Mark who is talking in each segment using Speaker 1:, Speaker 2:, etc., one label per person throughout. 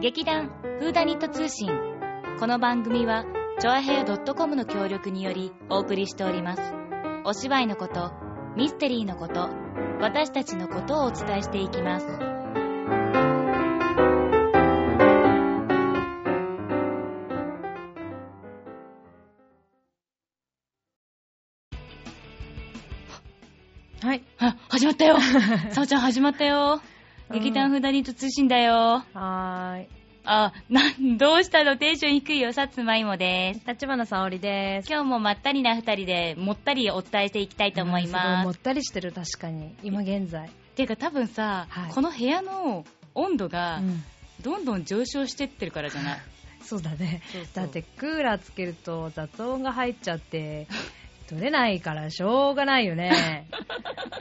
Speaker 1: 劇団フーダニット通信この番組はチョアヘア .com の協力によりお送りしておりますお芝居のことミステリーのこと私たちのことをお伝えしていきます
Speaker 2: はい。
Speaker 1: あ始まった よさおちゃん始まったよ
Speaker 2: うん
Speaker 1: 劇団フーダニット通信だよ
Speaker 2: はーい。
Speaker 1: あなんどうしたのテンション低いよさつまいもです
Speaker 2: 立花沙織です。
Speaker 1: 今日もまったりな二人でもったりお伝えしていきたいと思います
Speaker 2: ごもったりしてる、確かに。今現在。
Speaker 1: ていうか多分さ、
Speaker 2: はい
Speaker 1: この部屋の温度が
Speaker 2: うん
Speaker 1: どんどん上昇してってるからじゃない、
Speaker 2: そうだね。
Speaker 1: そうそう
Speaker 2: だって、クーラーつけると雑音が入っちゃって、取れないからしょうがない よね。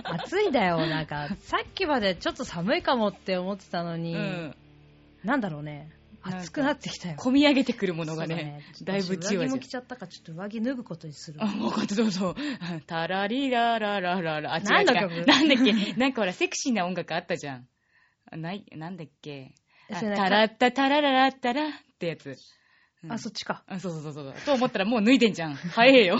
Speaker 2: 暑いんだよ。なんか、さっきまでちょっと寒いかもって思ってたのに、
Speaker 1: うん、
Speaker 2: なんだろうね。
Speaker 1: なんか
Speaker 2: 暑くなってきたよ。
Speaker 1: 込み上げてくるも
Speaker 2: そ
Speaker 1: の
Speaker 2: う
Speaker 1: が
Speaker 2: だ
Speaker 1: ね
Speaker 2: ね
Speaker 1: だいぶ
Speaker 2: ちょっと
Speaker 1: じわじ
Speaker 2: 上着も
Speaker 1: わ
Speaker 2: 着ちゃったから、ちょっと上着脱ぐことにするわ
Speaker 1: あ、。分かった、どうぞ。タラリラララララ。あ、違う違
Speaker 2: 何の
Speaker 1: う。
Speaker 2: 曲
Speaker 1: なんだっけなんかほら、セクシーな音楽あったじゃん。あない、なんだっけあ
Speaker 2: それなんか
Speaker 1: タラッタタラララッタラってやつ。うん
Speaker 2: あ、そっちか。
Speaker 1: あそうそうそうそう。と思ったらもう脱いでんじゃん。早えよ。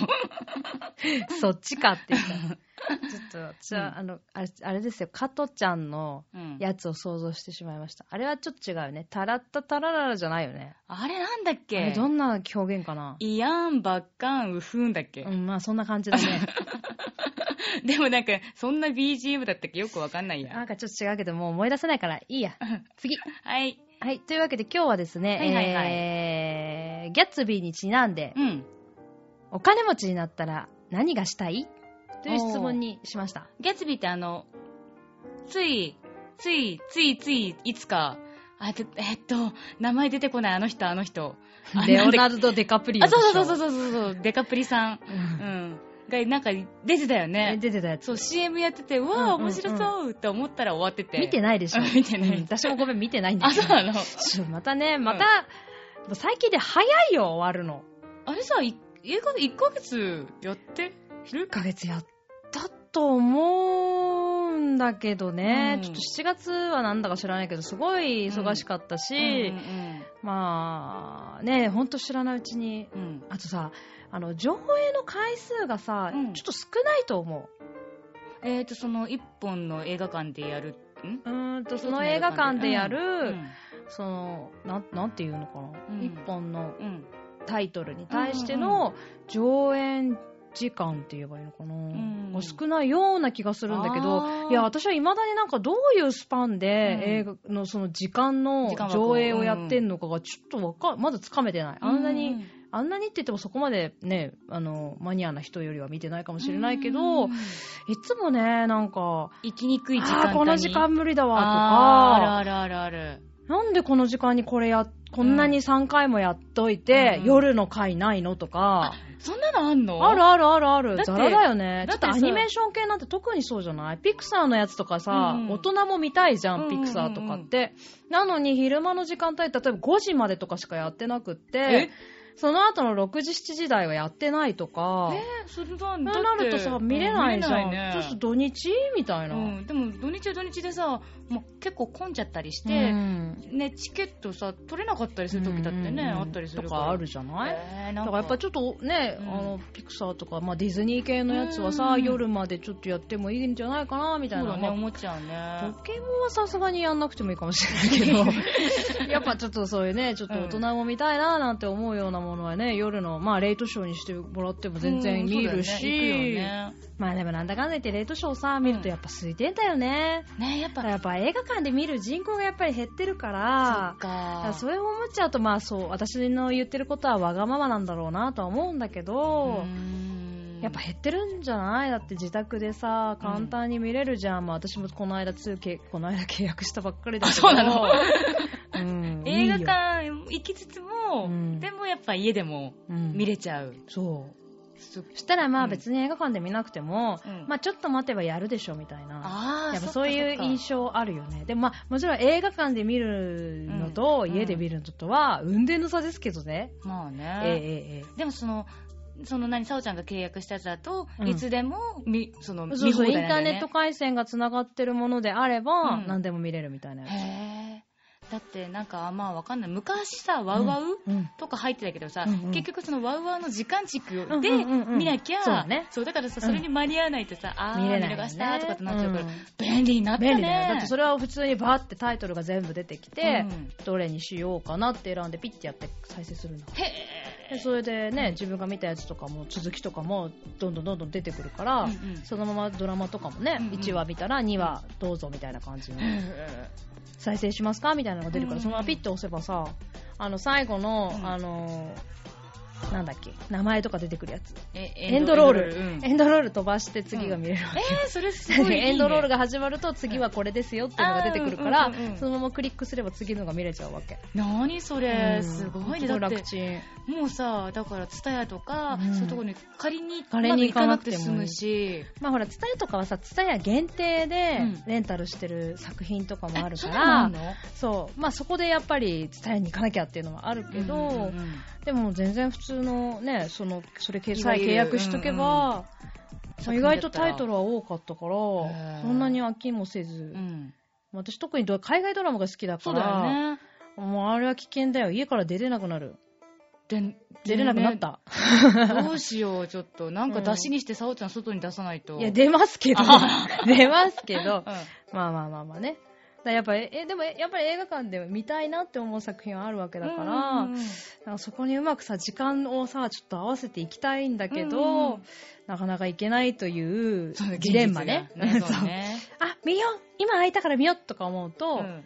Speaker 2: そっちかって言った。ちょっと、私は、
Speaker 1: うん
Speaker 2: あの、あれ、あれですよ、加トちゃんの
Speaker 1: うん
Speaker 2: やつを想像してしまいました。あれはちょっと違うよね。タラッタタラララじゃないよね。
Speaker 1: あれなんだっ
Speaker 2: あれ
Speaker 1: け
Speaker 2: どんな表現かな
Speaker 1: イヤンバッカンウフンだっけ、
Speaker 2: うん、まあそんな感じだね。
Speaker 1: でもなんか、そんな BGM だったっけよくわかん ない
Speaker 2: な
Speaker 1: や
Speaker 2: ん。かちょっと違うけど、もう思い出せないからいいや。次。
Speaker 1: はい。
Speaker 2: はい、というわけで今日はですね、
Speaker 1: はいはいはい
Speaker 2: えー、ギャッツビーにちなんで、
Speaker 1: うん。
Speaker 2: お金持ちになったら何がしたいという質問にしました。
Speaker 1: ギャツビーってあの、つい、つい、つい、つい、いつか、あ、でえっと、名前出てこないあの人、あの人。あ
Speaker 2: レ
Speaker 1: な
Speaker 2: オナ
Speaker 1: んだっ
Speaker 2: ルド・デカプ
Speaker 1: け
Speaker 2: リオ
Speaker 1: あ、
Speaker 2: でしょ。
Speaker 1: そうそうそうそうそうそう、デカプリさん。
Speaker 2: うん
Speaker 1: うん。が、なんか、出てたよね。
Speaker 2: 出てたやつ。
Speaker 1: そう、CM やってて、うわ
Speaker 2: うん
Speaker 1: あ、
Speaker 2: うんうん
Speaker 1: 面白そうって思ったら終わってて。
Speaker 2: 見てないでしょ
Speaker 1: あ。見てない
Speaker 2: うん私もごめん、見てないんだ
Speaker 1: あ、
Speaker 2: けど
Speaker 1: そう。なの。
Speaker 2: ちょまたね、また、もう最近で早いよ、終わるの。
Speaker 1: あれさ、い映画1ヶ月やってる
Speaker 2: 1ヶ月やったと思うんだけどね、
Speaker 1: うん
Speaker 2: ちょっと7月はなんだか知らないけど、すごい忙しかったし、
Speaker 1: うんうん
Speaker 2: まあ、ね、ほんと知らないうちに、
Speaker 1: うんうん。
Speaker 2: あとさ、あの、上映の回数がさ、
Speaker 1: うん
Speaker 2: ちょっと少ないと思
Speaker 1: えっと、その、1本の映画館でやる。ん
Speaker 2: う。うーんと、その映画館でやる、
Speaker 1: うん
Speaker 2: その、なん、なんていうのか
Speaker 1: う
Speaker 2: な、
Speaker 1: ん
Speaker 2: 一本の
Speaker 1: うん。
Speaker 2: タイトルに対しての上演時間って言えばいいのかな、
Speaker 1: ん
Speaker 2: が少ないような気がするんだけど、
Speaker 1: あー
Speaker 2: いや、私は未だになんかどういうスパンで映画のその時間の
Speaker 1: 時間枠を
Speaker 2: 上映をやってんのかがちょっとわか、まだつかめてない。あんなに、あんなにって言ってもそこまでね、あの、マニアな人よりは見てないかもしれないけど、
Speaker 1: うん
Speaker 2: いつもね、なんか、
Speaker 1: 行きにくい時間帯
Speaker 2: あー
Speaker 1: に
Speaker 2: この時間無理だわと
Speaker 1: あー
Speaker 2: か、
Speaker 1: あるあるあるある
Speaker 2: なんでこの時間にこれや、こんなに3回もやっといて、
Speaker 1: うん
Speaker 2: 夜の回ないのとか、
Speaker 1: そんなのあんの
Speaker 2: あるあるあるあ
Speaker 1: だ。
Speaker 2: る
Speaker 1: って
Speaker 2: ザラだよね。
Speaker 1: だ
Speaker 2: ちょ
Speaker 1: っ
Speaker 2: ってと
Speaker 1: さ
Speaker 2: アニメーション系なんて特にそうじゃないピクサーのやつとかさ、
Speaker 1: うんうん
Speaker 2: 大人も見たいじゃ
Speaker 1: うん
Speaker 2: ん、
Speaker 1: うんうんうん
Speaker 2: ピクサーとかって。なのに昼間の時間帯、例えば5時までとかしかやってなくって
Speaker 1: え、
Speaker 2: その後の6時、7時台はやってないとか、
Speaker 1: ねそれは
Speaker 2: そうなるとさ、見れないじゃん。
Speaker 1: ね
Speaker 2: そうすると土日みたいな。
Speaker 1: うんでも土日は土日でさもう結構混んじゃったりし
Speaker 2: う
Speaker 1: て、
Speaker 2: ん
Speaker 1: ねチケットさ取れなかったりする時だってね、
Speaker 2: うんうんうん
Speaker 1: あったりする
Speaker 2: とかあるじゃない、
Speaker 1: えーな
Speaker 2: だ
Speaker 1: ん
Speaker 2: からやっぱちょっとね、
Speaker 1: うん
Speaker 2: あのピクサーとか、まあ、ディズニー系のやつはさ、
Speaker 1: うん
Speaker 2: 夜までちょっとやってもいいんじゃないかなみたい
Speaker 1: そう
Speaker 2: な、
Speaker 1: だね
Speaker 2: まあ
Speaker 1: 思っちゃうね
Speaker 2: ポケモンはさすがにやんなくてもいいかもしれないけ ど、やっぱちょっとそういうね、ちょっと大人も見たいななんて思うようなものはね、夜の、まあレイトショーにしてもらっても全然見る
Speaker 1: うんそうだよね行
Speaker 2: し、
Speaker 1: くよね
Speaker 2: まあでもなんだかんだ言ってレイトショーさ、見るとやっぱ空いてんだよね。
Speaker 1: ねやっ
Speaker 2: だ
Speaker 1: ぱ
Speaker 2: からやっぱ映画館で見る人口がやっぱり減ってるか
Speaker 1: そ
Speaker 2: ら
Speaker 1: っ、
Speaker 2: だから
Speaker 1: か
Speaker 2: それを思っちゃうと、まあそう、私の言ってることはわがままなんだろうなとは思うんだけど、
Speaker 1: うん
Speaker 2: やっぱ減ってるんじゃないだって自宅でさ、
Speaker 1: うん
Speaker 2: 簡単に見れるじゃん。まあ私もこの間通契、この間契約したばっかりだけど。
Speaker 1: あそうなの
Speaker 2: うん
Speaker 1: 映画
Speaker 2: いいよ
Speaker 1: 館行きつつも、
Speaker 2: うん
Speaker 1: でもやっぱ家でも
Speaker 2: うん
Speaker 1: 見れちゃう、
Speaker 2: そう。
Speaker 1: す
Speaker 2: そしたらま
Speaker 1: う
Speaker 2: あ
Speaker 1: ん
Speaker 2: 別に映画館で見なくても、
Speaker 1: うん
Speaker 2: まあちょっと待てばやるでしょみたいな。
Speaker 1: あー
Speaker 2: やっぱそういう印
Speaker 1: 象
Speaker 2: 象あるよね。でもまあもちろん映画館で見るのと
Speaker 1: うん
Speaker 2: 家で見るのとは運転の差ですけどね。
Speaker 1: まあ
Speaker 2: え
Speaker 1: ね
Speaker 2: え、ええええ。
Speaker 1: でもそのその何さおちゃんが契約したやつだと、
Speaker 2: うん
Speaker 1: いつでもみその
Speaker 2: そうそう、
Speaker 1: 見放
Speaker 2: イ
Speaker 1: 題
Speaker 2: ン
Speaker 1: な
Speaker 2: ター
Speaker 1: んだよね
Speaker 2: ネット回線がつながってるものであれば、
Speaker 1: うん
Speaker 2: 何でも見れるみたいなやつ。
Speaker 1: へえだってなんかまあわかんない昔さワウワウ、
Speaker 2: うん
Speaker 1: とか入ってたけどさ、
Speaker 2: うんうん
Speaker 1: 結局そのワウワウの時間軸
Speaker 2: うん
Speaker 1: で
Speaker 2: うんうんうん
Speaker 1: 見なきゃ、
Speaker 2: そうだね
Speaker 1: からさ
Speaker 2: うん
Speaker 1: それに間に合わないとさ、あー
Speaker 2: 見
Speaker 1: 見
Speaker 2: れないよね
Speaker 1: 逃したとかってなっちゃうから、
Speaker 2: うん
Speaker 1: 便利になったね
Speaker 2: 便利だよだってそれは普通にバーってタイトルが全部出てきて、
Speaker 1: うん
Speaker 2: どれにしようかなって選んでピッてやって再生するんだ
Speaker 1: へ
Speaker 2: でそれでね、自分が見たやつとかも続きとかもどんどんどんどん出てくるから、
Speaker 1: うんうん
Speaker 2: そのままドラマとかもね、
Speaker 1: うんうん
Speaker 2: 1話見たら2話どうぞみたいな感じの、
Speaker 1: え
Speaker 2: 再生しますかみたいなのが出るから、
Speaker 1: うん
Speaker 2: そのままピッて押せばさあの最後の、
Speaker 1: うん
Speaker 2: あのなんだっけ名前とか出てくるやつ
Speaker 1: エ
Speaker 2: エンドロール
Speaker 1: うんえ
Speaker 2: エンドロール飛ばして次が見れる、
Speaker 1: ーそれすごいいい、ね、
Speaker 2: エンドロールが始まると次はこれですよっていうのが出てくるから、
Speaker 1: うんあーうんうんうんうん
Speaker 2: そのままクリックすれば次のが見れちゃうわけ、
Speaker 1: 何それ、
Speaker 2: うん
Speaker 1: すごいね
Speaker 2: す
Speaker 1: だ
Speaker 2: ごい
Speaker 1: っ
Speaker 2: 楽
Speaker 1: て
Speaker 2: ちん
Speaker 1: もうさだからツタヤとか、
Speaker 2: うん
Speaker 1: そういうところに仮にう
Speaker 2: 仮
Speaker 1: まく
Speaker 2: に
Speaker 1: い
Speaker 2: 行か
Speaker 1: かな
Speaker 2: な
Speaker 1: く
Speaker 2: く
Speaker 1: て
Speaker 2: ても
Speaker 1: 済むし
Speaker 2: まあほら、ツタヤとかはさ、ツタヤ限定で
Speaker 1: うん
Speaker 2: レンタルしてる作品とかもある
Speaker 1: そ
Speaker 2: か
Speaker 1: うな
Speaker 2: ら、
Speaker 1: の
Speaker 2: そう、まあそこでやっぱりツタヤに行かなきゃっていうのはあるけど、
Speaker 1: うんうんうん
Speaker 2: でも全然普通のね、その、それ
Speaker 1: い
Speaker 2: さ
Speaker 1: わ
Speaker 2: え
Speaker 1: ゆる
Speaker 2: 契約しとけば、まあ
Speaker 1: 作品
Speaker 2: 意
Speaker 1: だったら
Speaker 2: 外とタイトルは多かったから、
Speaker 1: ん
Speaker 2: そんなに飽きもせず、
Speaker 1: うん
Speaker 2: 私特にド海外ドラマが好きだか
Speaker 1: そうだよ
Speaker 2: ら、
Speaker 1: ね
Speaker 2: もうあれは危険だよ。家から出れなくなる。
Speaker 1: で
Speaker 2: 出れなくなった。
Speaker 1: どうしよう、ちょっと。なんか出しにして、さおちゃん外に出さないと。
Speaker 2: いや、出ますけど、 出ますけど、
Speaker 1: うん、
Speaker 2: まあまあまあまあね。だからやっぱええでもえやっぱり映画館で見たいなって思う作品はあるわけだか
Speaker 1: う
Speaker 2: ら、
Speaker 1: んうんうん
Speaker 2: なんかそこにうまくさ時間をさちょっと合わせていきたいんだけど、
Speaker 1: うんうん
Speaker 2: なかなかいけないという
Speaker 1: そうね
Speaker 2: ジレンマね。
Speaker 1: 現実が
Speaker 2: そ
Speaker 1: そう
Speaker 2: う
Speaker 1: ね。
Speaker 2: あ見よう今空いたから見ようとか思うと、
Speaker 1: うん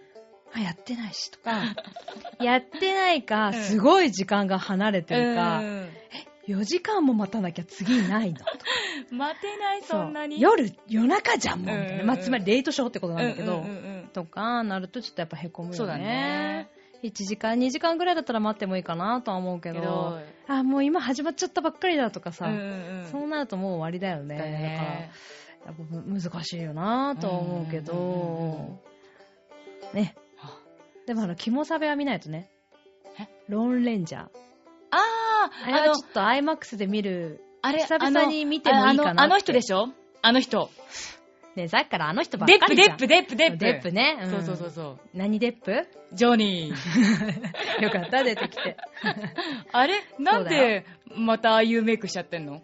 Speaker 2: あやってないしとか やってないか
Speaker 1: ん
Speaker 2: すごい時間が離れてるか、
Speaker 1: うん
Speaker 2: 4時間も待たなきゃ次ないのとか
Speaker 1: 待てない、そんなに。
Speaker 2: そう夜夜中じゃんもうみた
Speaker 1: う
Speaker 2: いな、
Speaker 1: んうんうん
Speaker 2: まあ、つまりレイトショーってことなんだけど。
Speaker 1: うんうんうん
Speaker 2: とかなるとちょっとやっぱへこむよね
Speaker 1: そうだね
Speaker 2: 1時間2時間ぐらいだったら待ってもいいかなとは思う
Speaker 1: う
Speaker 2: け
Speaker 1: ん
Speaker 2: ど
Speaker 1: けど、
Speaker 2: あもう今始まっちゃったばっかりだとかさ、
Speaker 1: うんうんうん
Speaker 2: そうなるともう終わりだよね
Speaker 1: だね
Speaker 2: だからやっぱ難しいよなとは思うけど、
Speaker 1: うんうんうん
Speaker 2: ねでもあのキモサベは見ないとね
Speaker 1: え
Speaker 2: ロンレンジャー
Speaker 1: あ
Speaker 2: あれ
Speaker 1: ー、あ
Speaker 2: は
Speaker 1: の
Speaker 2: ちょ、っと IMAX で見る
Speaker 1: あれ、
Speaker 2: 久
Speaker 1: あ
Speaker 2: 々
Speaker 1: の
Speaker 2: に見てもいいかな
Speaker 1: あ
Speaker 2: って
Speaker 1: のあの人でしょあの人。
Speaker 2: ねさっきからあの人ばっ
Speaker 1: デッ
Speaker 2: か
Speaker 1: プ、
Speaker 2: り
Speaker 1: デ
Speaker 2: じゃ
Speaker 1: ッ
Speaker 2: ん
Speaker 1: プ、デップ、デップ。
Speaker 2: デップね、ん
Speaker 1: そうそうそうそう。
Speaker 2: 何デップ
Speaker 1: ジョ ニー。
Speaker 2: よかった出てきて
Speaker 1: あれなん
Speaker 2: そうだ
Speaker 1: で、またああいうメイクしちゃってんの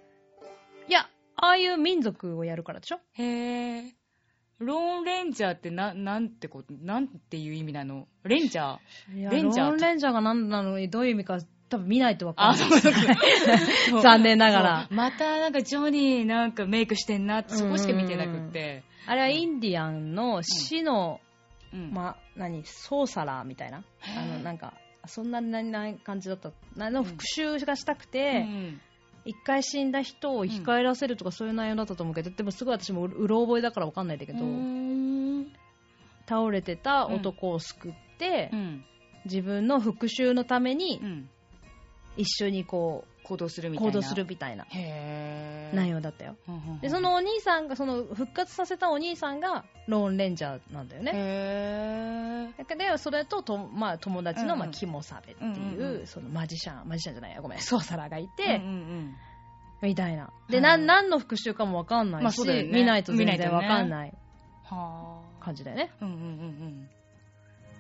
Speaker 2: いや、ああいう民族をやるからでしょ
Speaker 1: へえ。ローンレンジャーってな、なんてこと、なんていう意味なのレンジャーレ
Speaker 2: レ
Speaker 1: ン
Speaker 2: ン
Speaker 1: ジ
Speaker 2: ジ
Speaker 1: ャ
Speaker 2: ャ
Speaker 1: ーと
Speaker 2: ー。ロンレンジャーが何なのにどういう意味か多分見ないとわか
Speaker 1: あ、
Speaker 2: ん
Speaker 1: そ
Speaker 2: な
Speaker 1: う
Speaker 2: い。
Speaker 1: そうそう
Speaker 2: 残念ながら
Speaker 1: そうまたなんかジョニーなんかメイクしてんなってそこしか見てなくって。
Speaker 2: あれはインディアンの死の、
Speaker 1: うん
Speaker 2: ま、何、ソーサラーみたいな。
Speaker 1: へー
Speaker 2: あの、なんか、そんなに何な感じだった。なの復讐がしたくて、一、回死んだ人を生き返らせるとかそういう内容だったと思うけど、でもすごい私もううろ覚えだからわかんないんだけ
Speaker 1: け
Speaker 2: ど、
Speaker 1: うん。
Speaker 2: 倒れてた男を救って、
Speaker 1: うん。
Speaker 2: 自分の復讐のために
Speaker 1: うん
Speaker 2: 一緒にこ
Speaker 1: 行動する
Speaker 2: う、
Speaker 1: みたい
Speaker 2: 行
Speaker 1: な。
Speaker 2: 動する。みたいな
Speaker 1: へえ。
Speaker 2: 内容だったよ。
Speaker 1: うんうんうん
Speaker 2: で、そ、のお兄さんが、その復活させたお兄さんがローンレンジャーなんだよね。
Speaker 1: へえ。
Speaker 2: だけど、それとと、まあ、友達の、
Speaker 1: うんうん
Speaker 2: まあ、キモサベっていう、
Speaker 1: うんうん
Speaker 2: そのマジシャン、マジシャンじゃないや、ごめん、ソーサラーがいて、
Speaker 1: うんうんうん
Speaker 2: みたいな。
Speaker 1: う
Speaker 2: で、
Speaker 1: ん
Speaker 2: なん、何の復讐かもわかんないし、
Speaker 1: まあそうだよね
Speaker 2: 見ないと全
Speaker 1: 見ない
Speaker 2: 然
Speaker 1: と
Speaker 2: わ
Speaker 1: ね
Speaker 2: かんない
Speaker 1: はあ。
Speaker 2: 感じだよね。
Speaker 1: うんうんうん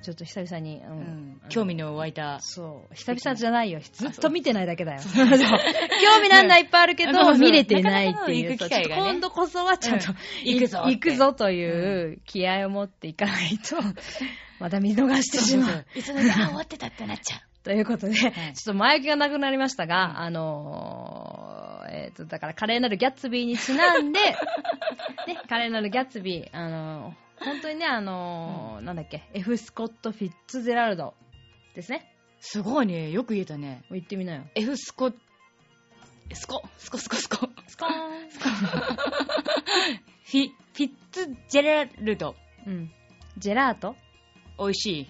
Speaker 2: ちょっと久々に、う。
Speaker 1: うんん。うん興味の湧い た。
Speaker 2: そう。久々じゃないよ。ずっ
Speaker 1: そう
Speaker 2: と見てないだけだよ。
Speaker 1: そうそうそう
Speaker 2: 興味なんだいっぱいあるけ
Speaker 1: そうそう
Speaker 2: ど、見れてないっていう。
Speaker 1: なかなかの行く機会がね
Speaker 2: ちょっと今度こそはちゃんと、
Speaker 1: うん行くぞって
Speaker 2: 行くぞという気合を持っていかないと、また見逃してしまう。
Speaker 1: いつの間にかあ終わってたってなっちゃう。
Speaker 2: ということで、ちょっと前置きがなくなりましたが、
Speaker 1: うん
Speaker 2: あのー、えっ、と、だから、華麗なるギャッツビーにちなん で、ね、華麗なるギャッツビー、あのー、本当にね、あのーなんだっけ、F ・スコット・フィッツゼラルドですね。
Speaker 1: すごいね。よく言えたね。
Speaker 2: 言ってみなよ。
Speaker 1: F スコ、スコ、スコスコスコ。
Speaker 2: スコーン
Speaker 1: フィ、フィッツジェラルド。
Speaker 2: うん。ジェラート
Speaker 1: 美味しい。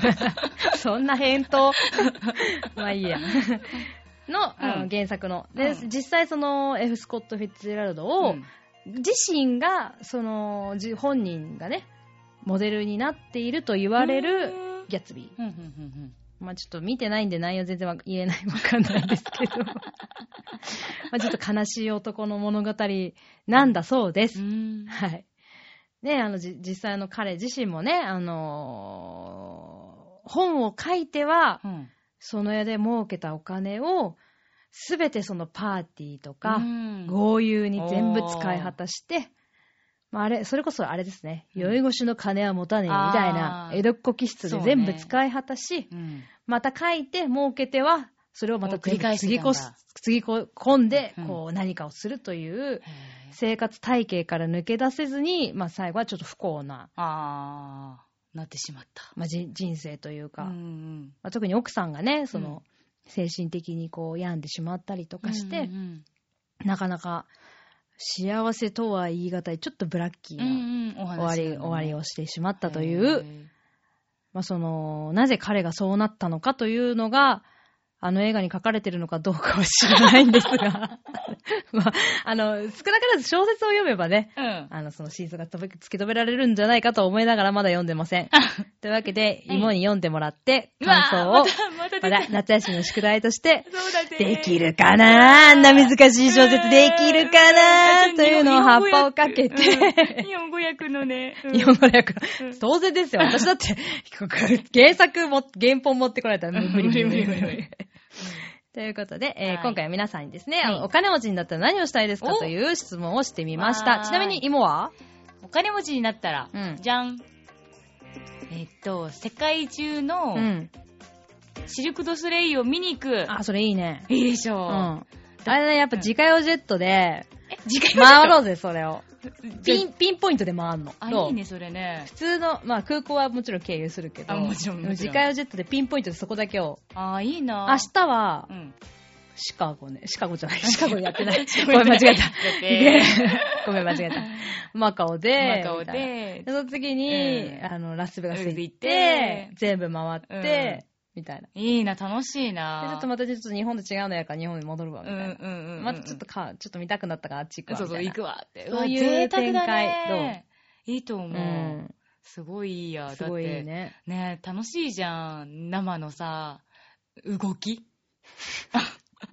Speaker 2: そんな返答。まあいいや。の、あ
Speaker 1: うん
Speaker 2: の原作の。で、
Speaker 1: うん
Speaker 2: 実際その F ・スコット・フィッツジェラルドを、自身が、その、じ本人がね、モデルになっていると言われる
Speaker 1: る。
Speaker 2: ギャッツビ
Speaker 1: うんうんうん
Speaker 2: ー。まあちょっと見てないんで内容全然わ言えない、わかんないですけ ど。まあちょっと悲しい男の物語なんだそうです
Speaker 1: う。ん。
Speaker 2: はい。ね、あの、じ実際の彼自身もね、あの本を書いては、
Speaker 1: うん。
Speaker 2: その世で儲けたお金を、すべてそのパーティーとか、
Speaker 1: うん
Speaker 2: 豪遊に全部使い果たして、まあ、あれ、それこそあれですね、
Speaker 1: うん
Speaker 2: 酔い越しの金は持たねえみたいな
Speaker 1: あ、ー
Speaker 2: 江戸っ子気質で全部使い果たし、
Speaker 1: うん
Speaker 2: また書いて、儲けては、それをまた
Speaker 1: もう繰り返
Speaker 2: つ
Speaker 1: して
Speaker 2: ぎ
Speaker 1: たんだ
Speaker 2: こす、つぎ込んで
Speaker 1: うん、
Speaker 2: こう何かをするという、
Speaker 1: へー
Speaker 2: 生活体系から抜け出せずに、まあ最後はちょっと不幸な、
Speaker 1: あー、なってしまった。
Speaker 2: まあ人人生というか、
Speaker 1: うんう
Speaker 2: ま
Speaker 1: ん
Speaker 2: あ、特に奥さんがね、その、精神的にこう病んでしまったりとかして、
Speaker 1: うんうん
Speaker 2: なかなか幸せとは言い難い、ちょっとブラッキー
Speaker 1: うん
Speaker 2: な
Speaker 1: うんお話
Speaker 2: 終わり、
Speaker 1: なんだね
Speaker 2: 終わりをしてしまったとい
Speaker 1: へ
Speaker 2: う、
Speaker 1: ー
Speaker 2: まあその、なぜ彼がそうなったのかというのが、あの映画に書かれてるのかどうかは知らないんですが、 まあ、あの、少なからず小説を読めばね、
Speaker 1: うん。
Speaker 2: あの、その真相が飛び突き止められるんじゃないかと思いながらまだ読んで ません。というわけで、
Speaker 1: はい
Speaker 2: 芋に読んでもらって、
Speaker 1: うわ
Speaker 2: 感
Speaker 1: ー
Speaker 2: 想
Speaker 1: ま
Speaker 2: を、
Speaker 1: た、また
Speaker 2: ま
Speaker 1: 出
Speaker 2: だ
Speaker 1: た。
Speaker 2: 夏休みの宿題として、
Speaker 1: そうだね
Speaker 2: できるかなあんな難しい小説できるかな
Speaker 1: うん
Speaker 2: というのを葉っぱをかけ
Speaker 1: うん
Speaker 2: て、
Speaker 1: 日本語訳のね。うん
Speaker 2: 日本語の訳
Speaker 1: うん、
Speaker 2: 当然ですよ。私だって、原作も、原本持ってこられたら無理無理無理
Speaker 1: 無
Speaker 2: 無理無
Speaker 1: 理無理無
Speaker 2: 理。ということで、えー
Speaker 1: はい
Speaker 2: 今回は皆さんにですね、
Speaker 1: はい
Speaker 2: あのお金持ちになったら何をしたいですか
Speaker 1: お
Speaker 2: という質問をしてみまし
Speaker 1: わー
Speaker 2: た。
Speaker 1: い
Speaker 2: ちなみに芋は
Speaker 1: お金持ちになったら、
Speaker 2: うん
Speaker 1: じゃん。えっと、世界中の
Speaker 2: うん。
Speaker 1: シルク・ドゥスレイユを見に行く。
Speaker 2: あ、それいいね。
Speaker 1: いいでし
Speaker 2: う
Speaker 1: ょ
Speaker 2: ん。
Speaker 1: う。
Speaker 2: あれね、やっぱ自家用ジェッ トで、
Speaker 1: え、次回
Speaker 2: 回ろうぜ、それを。ピ
Speaker 1: ピン。
Speaker 2: ン、ピンポイントで回んの。
Speaker 1: あ、
Speaker 2: どう
Speaker 1: いいね、それね
Speaker 2: 普。通の、まあ空港はもちろん経由するけど、
Speaker 1: あもちろん
Speaker 2: で
Speaker 1: もちろん
Speaker 2: 自家用ジェットでピンポイントでそこだけを。
Speaker 1: あ、いいな。
Speaker 2: 明日は
Speaker 1: う、ん。
Speaker 2: シカゴね。シカ ゴじゃない。シカゴやってない。
Speaker 1: カ
Speaker 2: ご
Speaker 1: ゴや
Speaker 2: め
Speaker 1: っ
Speaker 2: ん、
Speaker 1: てな
Speaker 2: 間
Speaker 1: い
Speaker 2: 違
Speaker 1: や
Speaker 2: えた。
Speaker 1: っ
Speaker 2: ごめん、間違えた。マカオで、
Speaker 1: マカオ
Speaker 2: みたい
Speaker 1: で
Speaker 2: な。で、その次に、
Speaker 1: うん
Speaker 2: あの、ラスベガス行
Speaker 1: 行
Speaker 2: っ
Speaker 1: ってて、
Speaker 2: 全部回って、みたいな。
Speaker 1: いいな、楽しい
Speaker 2: で、
Speaker 1: な。
Speaker 2: ちょっとまたちょっと日本と違うのやから日本に戻るわ、
Speaker 1: う
Speaker 2: みたい
Speaker 1: ん
Speaker 2: な。
Speaker 1: うんうんうん。
Speaker 2: またちょっとか、ちょっと見たくなったからあっち行くわ。
Speaker 1: そうそう、
Speaker 2: み
Speaker 1: 行
Speaker 2: たい
Speaker 1: くわって。
Speaker 2: そういう
Speaker 1: わ贅沢だ
Speaker 2: 展開
Speaker 1: ね。いいと思う。
Speaker 2: な。
Speaker 1: すごいいいや。
Speaker 2: う
Speaker 1: だ
Speaker 2: ん。
Speaker 1: って
Speaker 2: すごいいいね。
Speaker 1: ねえ楽しいじゃん。生のさ、動き。
Speaker 2: うん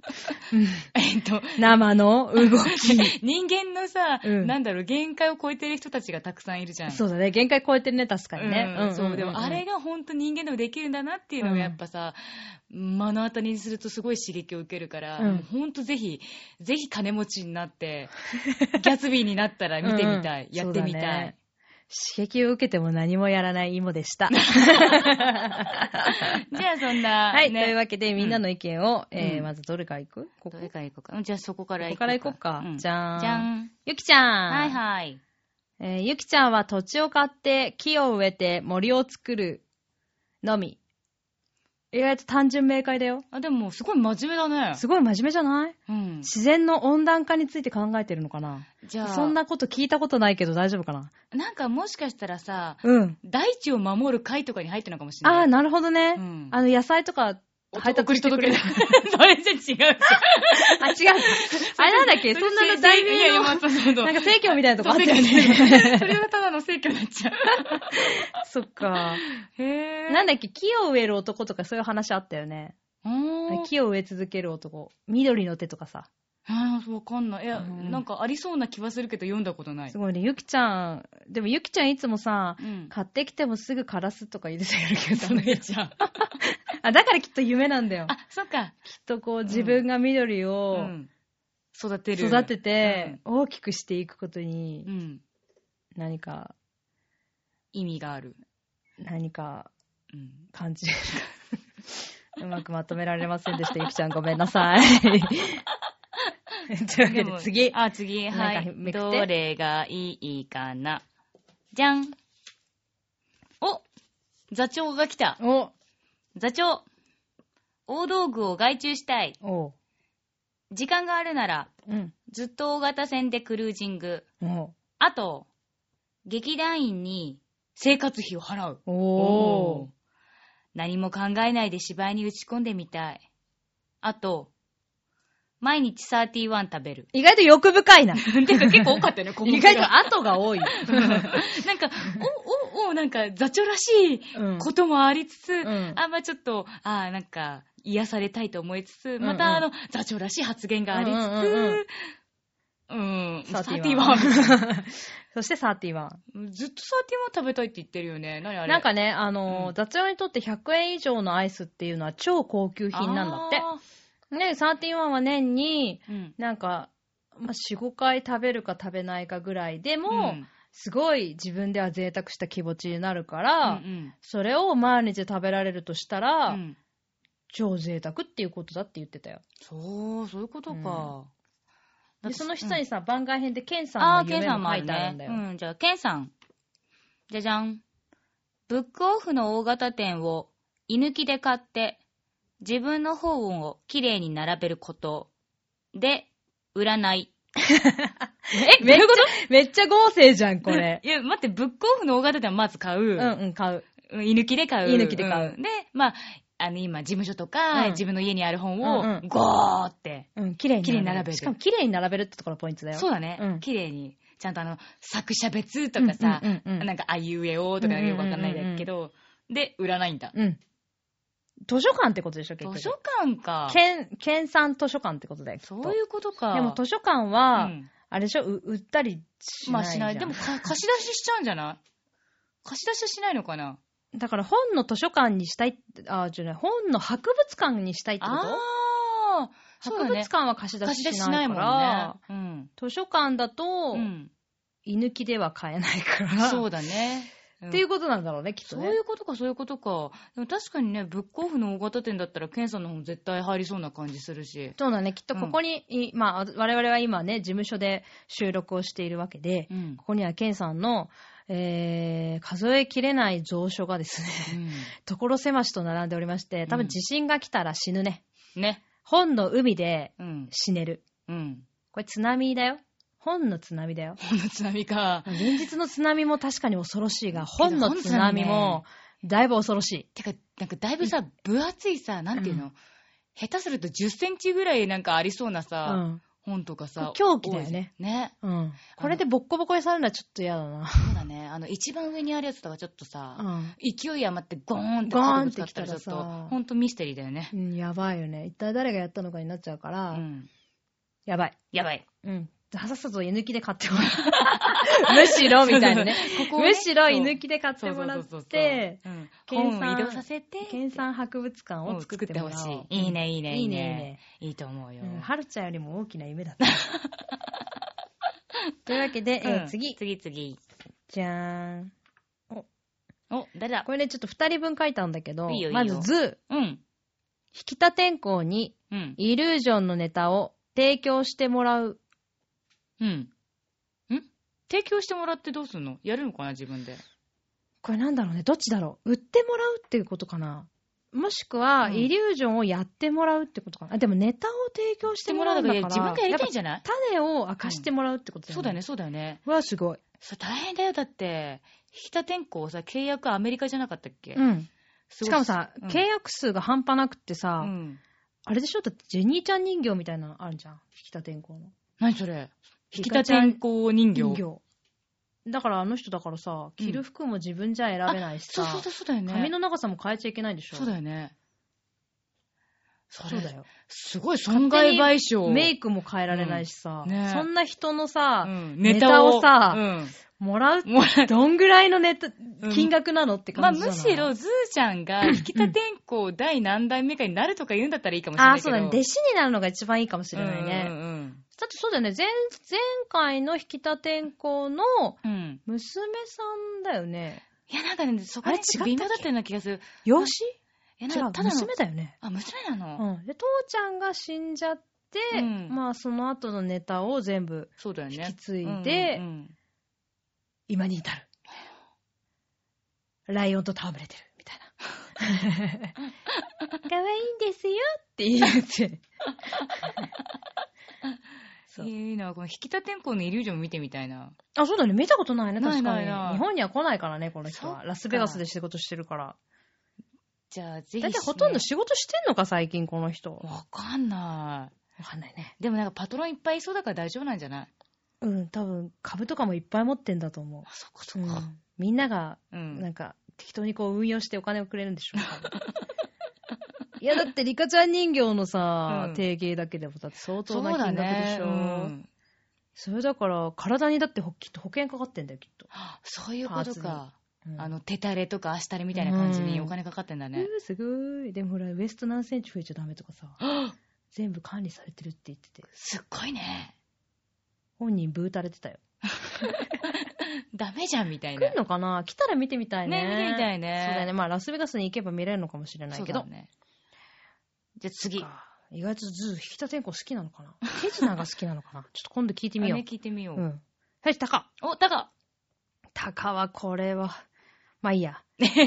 Speaker 1: えっと、
Speaker 2: 生の動き。
Speaker 1: 人間のさ、
Speaker 2: うん
Speaker 1: なんだろう、限界を超えてる人たちがたくさんいるじゃん。
Speaker 2: そうだね。限界超えてるね、確かにね。
Speaker 1: うんそう、でもあれ
Speaker 2: が、
Speaker 1: が本当人間でもできるんだなっていうの
Speaker 2: う
Speaker 1: を
Speaker 2: ん
Speaker 1: やっぱさ、目の当たりにするとすごい刺激を受けるから、
Speaker 2: うん
Speaker 1: 本当ぜひ、ぜひ金持ちになって、 ギャツビーになったら見てみたい。
Speaker 2: うん
Speaker 1: やってみたい。
Speaker 2: そうだね刺激を受けても何もやらない芋で した。
Speaker 1: じゃあそんな、
Speaker 2: はい、という
Speaker 1: ね、
Speaker 2: わけで、みんなの意見を、えー、
Speaker 1: うん
Speaker 2: まずどれからいくここ
Speaker 1: どれから行こうか。うんじゃあそこから
Speaker 2: こ
Speaker 1: 行
Speaker 2: こからいこうか。
Speaker 1: うん
Speaker 2: じゃーん。
Speaker 1: じゃん。
Speaker 2: ゆきちゃん。
Speaker 1: はいはい。
Speaker 2: えーゆきちゃんは土地を買って、木を植えて、森を作るのみ。意外と単純明快だよ。
Speaker 1: あ、でも、すごい真面目だね。
Speaker 2: すごい真面目じゃない
Speaker 1: うん。
Speaker 2: 自然の温暖化について考えてるのかな
Speaker 1: じゃあ、
Speaker 2: そんなこと聞いたことないけど大丈夫かな
Speaker 1: なんかもしかしたらさ、
Speaker 2: うん。
Speaker 1: 大地を守る会とかに入ってるのかもしれない。
Speaker 2: ああ、なるほどね。
Speaker 1: うん
Speaker 2: あの、野菜とか、配達してくれる。
Speaker 1: それ じゃ違うじゃん。
Speaker 2: あ、 違う。あれなんだっけそんなの大
Speaker 1: いやい
Speaker 2: 名
Speaker 1: や、
Speaker 2: の、
Speaker 1: まあ、そうそうそう
Speaker 2: なんか生協みたいなとこあ
Speaker 1: そ
Speaker 2: っ
Speaker 1: う
Speaker 2: たよ
Speaker 1: 聖居
Speaker 2: ね。
Speaker 1: ね それはただの聖教になっちゃう。
Speaker 2: そっか。
Speaker 1: へ
Speaker 2: なん
Speaker 1: だ
Speaker 2: だっけ、木を植える男とかそういう話あったよね。木を植え続ける男。緑の手とかさ。
Speaker 1: あーわかんない。いや、
Speaker 2: うん
Speaker 1: なんかありそうな気はするけど読んだことない
Speaker 2: す。ごいね。ゆきちゃん、でもゆきちゃんいつもさ、
Speaker 1: うん。
Speaker 2: 買ってきてもすぐ枯らすとか言ってたような気がす
Speaker 1: そ
Speaker 2: る
Speaker 1: の
Speaker 2: んだけ
Speaker 1: 絵
Speaker 2: ど。
Speaker 1: じゃん。
Speaker 2: あ、だからきっと夢なんだよ。
Speaker 1: あ、そっか。
Speaker 2: きっとこう自分が緑
Speaker 1: う
Speaker 2: を
Speaker 1: ん。育てる。
Speaker 2: 育てて大きくしていくことに
Speaker 1: うん。
Speaker 2: 何か、
Speaker 1: 意味がある。
Speaker 2: 何か
Speaker 1: うん。
Speaker 2: 感じる。 うまくまとめられませんでした。ゆきちゃんごめんなさい。 というわけ
Speaker 1: で
Speaker 2: で
Speaker 1: も
Speaker 2: 次。
Speaker 1: あ、次、は
Speaker 2: なんかめ
Speaker 1: い。
Speaker 2: くって
Speaker 1: どれがいいかな。じゃん。お座長が来た。
Speaker 2: お
Speaker 1: 座長。大道具を外注したい。
Speaker 2: おう。
Speaker 1: 時間があるなら、
Speaker 2: うん。
Speaker 1: ずっと大型船でクルージング。
Speaker 2: おう。
Speaker 1: あと、劇団員に生活費を払う。
Speaker 2: おー。。
Speaker 1: 何も考えないで芝居に打ち込んでみたい。あと、毎日31食べる
Speaker 2: 意外と欲深い な。
Speaker 1: てか結構多かったよね、ここ
Speaker 2: 意外と後が多い。
Speaker 1: なんか、お、お、お、なんか、座長らしい
Speaker 2: うん
Speaker 1: こともありつつ、
Speaker 2: ん
Speaker 1: あんまちょっと、あーなんか、癒されたいと思いつつ、
Speaker 2: んうん
Speaker 1: また、あの、座長らしい発言がありつつ、
Speaker 2: うんうんうん
Speaker 1: うん。サーティワン。
Speaker 2: 31。そして31。
Speaker 1: ずっとサーティワン食べたいって言ってるよね。何あれ
Speaker 2: なんかね、あのー
Speaker 1: うん
Speaker 2: 雑用にとって100円以上のアイスっていうのは超高級品なんだって。ね、31は年に、
Speaker 1: て。うん。
Speaker 2: なんか、まあ、4、5回食べるか食べないかぐらいでも、
Speaker 1: ん
Speaker 2: すごい自分では贅沢した気持ちになるか
Speaker 1: う
Speaker 2: ら、
Speaker 1: ん
Speaker 2: それを毎日食べられるとした
Speaker 1: う
Speaker 2: ら、
Speaker 1: ん。
Speaker 2: 超贅沢っていうことだって言ってたよ。
Speaker 1: そう、そういうことか。だっ
Speaker 2: で、
Speaker 1: て
Speaker 2: その下にさ、番外編でケンさ
Speaker 1: ああ
Speaker 2: ん
Speaker 1: ー、
Speaker 2: の
Speaker 1: ケン
Speaker 2: 夢
Speaker 1: さんも
Speaker 2: も書
Speaker 1: あ
Speaker 2: い
Speaker 1: る
Speaker 2: てあ
Speaker 1: ね
Speaker 2: るん。だよ。
Speaker 1: うん、じゃあ、ケンさん。じゃじゃん。ブックオフの大型店を居抜きで買って、自分の本をきれいに並べること。で、占い。え、
Speaker 2: めっちゃ、めっちゃ合成じゃん、こ
Speaker 1: 。
Speaker 2: れ
Speaker 1: いや、待って、ブックオフの大型店はまず買う。
Speaker 2: うんうん、買う。
Speaker 1: うん居抜きで買う。
Speaker 2: 居抜きで買うん
Speaker 1: で、まあ、あの、今、事務所とか、
Speaker 2: うん
Speaker 1: 自分の家にある本を
Speaker 2: うんう、ん
Speaker 1: ゴーって。
Speaker 2: うん、綺麗に
Speaker 1: 綺麗に並べる
Speaker 2: しかも綺麗に並べるってところポイントだよ。
Speaker 1: そう
Speaker 2: う
Speaker 1: だね。
Speaker 2: ん
Speaker 1: 綺麗に。ちゃんとあの、作者別とかさ、
Speaker 2: うんうんうんうん
Speaker 1: なんか、あいうえおとかよくわかんないだけど、で、売らないんだ。
Speaker 2: ん。図書館ってことでしょ、結局。
Speaker 1: 図書館か。
Speaker 2: 県、県産図書館ってことだよ。きっと
Speaker 1: そういうことか。
Speaker 2: でも図書館
Speaker 1: 書
Speaker 2: は、あれでしょ、う売ったりし
Speaker 1: ま
Speaker 2: ない
Speaker 1: あ
Speaker 2: じゃん。
Speaker 1: しない。でも、か貸し出ししちゃうんじゃない貸し出しはしないのかな
Speaker 2: だから本の図書館にしたいって、あ、じゃない、本の博物館にしたいってこと
Speaker 1: あーそう
Speaker 2: 博
Speaker 1: だ
Speaker 2: 物
Speaker 1: ね。
Speaker 2: 館は貸し出
Speaker 1: 貸し出
Speaker 2: し
Speaker 1: し
Speaker 2: し
Speaker 1: し
Speaker 2: な
Speaker 1: ないい
Speaker 2: か
Speaker 1: もん
Speaker 2: ら
Speaker 1: ね、。うん。
Speaker 2: 図書館だと
Speaker 1: う、ん
Speaker 2: 居抜きでは買えないから。
Speaker 1: そうだね。うん
Speaker 2: っていうことなんだろうね、きっと
Speaker 1: そう
Speaker 2: ね。
Speaker 1: いうことか、そういうことか。でも確かにね、ブックオフの大型店だったら、ケンさんの本絶対入りそうな感じするし。
Speaker 2: そうだね、きっとここに、いまあ、我々は今ね、事務所で収録をしているわけで、
Speaker 1: うん
Speaker 2: こ。こにはケンさんの、えー、数えきれない蔵書がですね、 所狭しと並んでおりまして、多
Speaker 1: うん
Speaker 2: 分地震が来たら死ぬね。
Speaker 1: うんね。
Speaker 2: 本の海で
Speaker 1: うん。
Speaker 2: 死ねる。
Speaker 1: うん。
Speaker 2: これ津波だよ。本の津波だよ。
Speaker 1: この津波か。
Speaker 2: 現実の津波も確かに恐ろしいが、本の津波
Speaker 1: 本の
Speaker 2: もだいぶ恐ろしい。
Speaker 1: てか、なんかだいぶさ、分厚いさ、なんていうの、下手すると10センチぐらいなんかありそうな
Speaker 2: う
Speaker 1: さ、
Speaker 2: ん。
Speaker 1: 本とかさ。
Speaker 2: 狂気だよね
Speaker 1: 多いじゃん。ね。
Speaker 2: うん。これでボッコボコにされるのはちょっと嫌だな。
Speaker 1: そうだね。あの、一番上にあるやつとかちょっとさ、
Speaker 2: うん。
Speaker 1: 勢い余ってゴーンって
Speaker 2: ゴーンって
Speaker 1: ぶつかちょっ
Speaker 2: 来たら
Speaker 1: と
Speaker 2: さ、
Speaker 1: ほんとミステリーだよね
Speaker 2: う。ん、やばいよね。一体誰がやったのかになっちゃうか
Speaker 1: う
Speaker 2: ら、
Speaker 1: ん。
Speaker 2: やばい。
Speaker 1: やばい。
Speaker 2: うん。さっさと居抜きで買ってもらう。むしろ、みたい なね。
Speaker 1: そうそうここをね
Speaker 2: むしろ居抜きで買ってもら
Speaker 1: そ
Speaker 2: っ
Speaker 1: うそうそう
Speaker 2: て、
Speaker 1: そううん
Speaker 2: 県
Speaker 1: 本
Speaker 2: 産
Speaker 1: を移動させて、
Speaker 2: 県産博物館
Speaker 1: を
Speaker 2: を
Speaker 1: 作
Speaker 2: 作
Speaker 1: っ
Speaker 2: ってて
Speaker 1: ほ
Speaker 2: ほ
Speaker 1: し
Speaker 2: しい。
Speaker 1: い。いいね、いいね、
Speaker 2: い
Speaker 1: いい
Speaker 2: いね、
Speaker 1: ね。いいと思う
Speaker 2: い
Speaker 1: よ
Speaker 2: い。ね。うんはるちゃんよりも大きな夢 だった。というわけで、えー
Speaker 1: うん
Speaker 2: 次。
Speaker 1: 次、次。
Speaker 2: じゃーん。
Speaker 1: お、誰だ
Speaker 2: これね、ちょっと二人分書いたんだけど、
Speaker 1: いいよいいよ
Speaker 2: まず図、
Speaker 1: うん。
Speaker 2: 引田天候に
Speaker 1: うん。
Speaker 2: イルージョンのネタを提供してもらう。
Speaker 1: うん。ん提供してもらってどうすんのやるのかな、自分で。
Speaker 2: これなんだろうね、どっちだろう。売ってもらうっていうことかな。もしくは、
Speaker 1: うん
Speaker 2: イリュージョンをやってもらうってことかな。あ、でもネタを提供してもらうんだから。
Speaker 1: 自分がやりたいん
Speaker 2: っ
Speaker 1: じゃない
Speaker 2: ぱ種を明かしてもらうってことだよ
Speaker 1: そ
Speaker 2: ね。
Speaker 1: うだよね、。そうだよね。
Speaker 2: わ、すごい。
Speaker 1: それ大変だよ、だって。引田天候さ、契約アメリカじゃなかったっけ
Speaker 2: うん。
Speaker 1: し
Speaker 2: しかも、さ、
Speaker 1: うん
Speaker 2: 契約数が半端なくって
Speaker 1: う
Speaker 2: さ、
Speaker 1: ん。
Speaker 2: あれでしょだってジェニーちゃん人形みたいなのあるじゃん。引田天功の。
Speaker 1: 何それ引
Speaker 2: 引
Speaker 1: 田
Speaker 2: 田
Speaker 1: 天
Speaker 2: 天
Speaker 1: 候人形。
Speaker 2: 人形。だからあの人だからさ、着る服も自分じゃ選べないし
Speaker 1: そ
Speaker 2: さ
Speaker 1: う、そうそうそうだよね。
Speaker 2: 髪の長さも変えちゃいけないでしょ。
Speaker 1: そうだよね。そ
Speaker 2: そう
Speaker 1: れ
Speaker 2: だよ。
Speaker 1: すごい損害賠償。
Speaker 2: メイクも変えられないしさ、
Speaker 1: うんね
Speaker 2: そんな人の
Speaker 1: う
Speaker 2: さ、
Speaker 1: んネ
Speaker 2: ネ
Speaker 1: タ
Speaker 2: タ
Speaker 1: を
Speaker 2: をさ
Speaker 1: うん
Speaker 2: もらう、
Speaker 1: もらえ
Speaker 2: どんぐらいのネタ
Speaker 1: うん、
Speaker 2: 金額なのって
Speaker 1: まあ
Speaker 2: 感じじゃ
Speaker 1: む
Speaker 2: ない
Speaker 1: しろ、ズーちゃんが、引田天功第何代目かになるとか言うんだったらいいかもしれ
Speaker 2: あ
Speaker 1: ない
Speaker 2: あ、
Speaker 1: けど。
Speaker 2: そうだね。弟子になるのが一番いいかもしれないね。
Speaker 1: うんうん
Speaker 2: だってそうだよね。前、前回の引田天功の
Speaker 1: うん。うん。
Speaker 2: 娘さんだよね。
Speaker 1: いや、なんかね、そこ
Speaker 2: あれ
Speaker 1: ね、ちょっと微妙だったような気がする。
Speaker 2: 養子
Speaker 1: いや、
Speaker 2: 違
Speaker 1: な
Speaker 2: うん
Speaker 1: か、た、だの、
Speaker 2: 娘だよね。
Speaker 1: あ、娘なの、
Speaker 2: うん。で、父ちゃんが死んじゃって、
Speaker 1: うん
Speaker 2: まあその後のネタを全部
Speaker 1: そうだよね。
Speaker 2: 引き継いで
Speaker 1: うんうん
Speaker 2: 今に至る。ライオンと戯れてる。みたい な。可愛いんですよって言って。
Speaker 1: う
Speaker 2: そ
Speaker 1: ん
Speaker 2: う
Speaker 1: いいな、この引田天功のイリュージョン見てみたいな。
Speaker 2: あ、そうだね。見たことないね。
Speaker 1: ない
Speaker 2: 確か
Speaker 1: な
Speaker 2: に。
Speaker 1: いない
Speaker 2: 日本には来ないからね、この人
Speaker 1: そっ
Speaker 2: は。
Speaker 1: か
Speaker 2: ラスベガスで仕事してるから。
Speaker 1: じゃあ、ぜひ。
Speaker 2: だいたいほとんど仕事してんのか、最近この人。わ
Speaker 1: わかんな
Speaker 2: かんないね。
Speaker 1: い。でもなんかパトロンいっぱいいそうだから大丈夫なんじゃない
Speaker 2: うん、多分、株とかもいっぱい持ってんだと思。
Speaker 1: あ、そこそう
Speaker 2: う
Speaker 1: こ。
Speaker 2: ん、みんなが、
Speaker 1: うん。
Speaker 2: なんか、適当にこう運用してお金をくれるんでしょう か。いや、だって、リカちゃん人形のさ、
Speaker 1: うん
Speaker 2: 定型だけでも、だって相
Speaker 1: そ
Speaker 2: 当
Speaker 1: う
Speaker 2: な金
Speaker 1: だ
Speaker 2: 額で
Speaker 1: ね
Speaker 2: しょ。
Speaker 1: うん
Speaker 2: それだから、体にだってほきっと保険かかってんだよ、きっと。
Speaker 1: そういうことか。
Speaker 2: うん
Speaker 1: あの、手垂れとか足垂れみたいな感じに
Speaker 2: うん
Speaker 1: お金かかってんだ
Speaker 2: う
Speaker 1: ね。
Speaker 2: ーすごい。でもほら、ウエスト何センチ増えちゃダメとかさ、
Speaker 1: あ
Speaker 2: 全部管理されてるって言ってて、
Speaker 1: すっごいね。
Speaker 2: 本人ブー垂れてたよ。
Speaker 1: ダメじゃんみたい
Speaker 2: 来
Speaker 1: な
Speaker 2: る。のかな来たら見てみたいね。
Speaker 1: ね見てみたいね
Speaker 2: そうだよね。まあ、ラスベガスに行けば見れるのかもしれない
Speaker 1: そう
Speaker 2: けど。
Speaker 1: だね。じゃあ次。
Speaker 2: あー意外とズー、引田天功好きなのかな手品が好きなのかなち ょっと今度聞いてみよ
Speaker 1: あ
Speaker 2: う
Speaker 1: ね。聞いてみよ
Speaker 2: う
Speaker 1: う。
Speaker 2: ん。はい、タカ。
Speaker 1: お、タカ
Speaker 2: タカはこれは、まあいいや。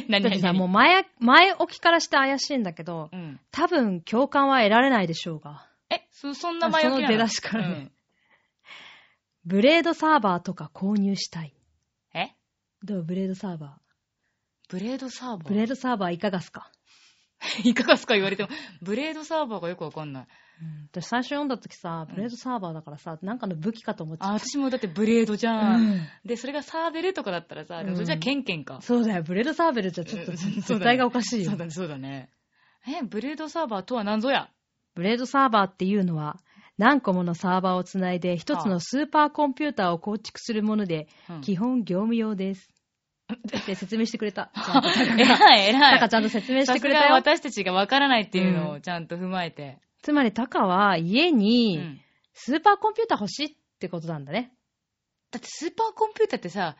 Speaker 1: 何
Speaker 2: だって
Speaker 1: 何
Speaker 2: さ、
Speaker 1: 何
Speaker 2: もう前、前置きからして怪しいんだけど、
Speaker 1: うん。
Speaker 2: 多分共感は得られないでしょうが。
Speaker 1: え、そ、そんな前
Speaker 2: あそ
Speaker 1: 置き
Speaker 2: の
Speaker 1: な
Speaker 2: 出だしからね
Speaker 1: うん
Speaker 2: ブレードサーバーとか購入したい。
Speaker 1: え
Speaker 2: どうブレードサーバ
Speaker 1: ブレードサーバ
Speaker 2: ー。
Speaker 1: ー
Speaker 2: ブレードサーバーいかがっすか、
Speaker 1: いかがすか言われても、ブレードサーバーがよくわかんない。
Speaker 2: うん、私最初読んだ時さ、ブレードサーバーだからさ、なんかの武器かと思っち
Speaker 1: あ、
Speaker 2: ゃっ
Speaker 1: 私もだってブレードじゃ
Speaker 2: た。
Speaker 1: ん。
Speaker 2: うん
Speaker 1: で、それがサーベルとかだったらさ、
Speaker 2: うん
Speaker 1: でもそれじゃケンケンか。
Speaker 2: そうだよ、ブレードサーベルじゃちょっと
Speaker 1: うん
Speaker 2: 絶対がおかしいよ
Speaker 1: そう。だね、そうだね。え、ブレードサーバーとは何ぞや
Speaker 2: ブレードサーバーっていうのは、何個ものサーバーをつないで一つのスーパーコンピューターを構築するもので、
Speaker 1: うん
Speaker 2: 基本業務用です。って説明してく れた。ちゃんと
Speaker 1: 偉い、偉
Speaker 2: タ
Speaker 1: い。
Speaker 2: カちゃんと説明し
Speaker 1: さ
Speaker 2: て
Speaker 1: す
Speaker 2: くれた
Speaker 1: が
Speaker 2: よ。
Speaker 1: 私たちがわからないっていうの
Speaker 2: う
Speaker 1: をちゃんと踏まえて。
Speaker 2: つまりタカは家
Speaker 1: う
Speaker 2: に
Speaker 1: ん
Speaker 2: スーパーコンピューター欲しいってことなんだね。
Speaker 1: だってスーパーコンピューターってさ、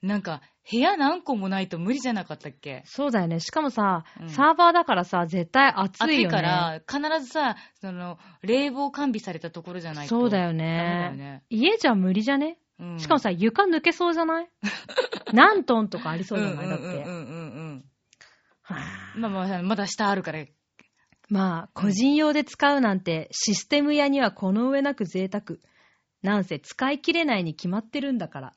Speaker 1: なんか、部屋何個もないと無理じゃなかったっけ
Speaker 2: そうだよね。しかもさ、
Speaker 1: うん
Speaker 2: サーバーだからさ、絶対熱
Speaker 1: 暑
Speaker 2: い
Speaker 1: い
Speaker 2: よね。
Speaker 1: から、必ずさ、その、冷房完備されたところじゃないと。
Speaker 2: そうだよ
Speaker 1: ダメだ
Speaker 2: ね
Speaker 1: よ。ね。
Speaker 2: 家じゃ無理じゃね、
Speaker 1: うん
Speaker 2: しかもさ、床抜けそうじゃない 何トンとかありそうじゃないだって。
Speaker 1: うんうんうんうん
Speaker 2: は
Speaker 1: う
Speaker 2: あ
Speaker 1: んまあまあ、まだ下あるから。
Speaker 2: まあ、個人用で使うなんて、システム屋にはこの上なく贅沢。なんせ使い切れないに決まってるんだから。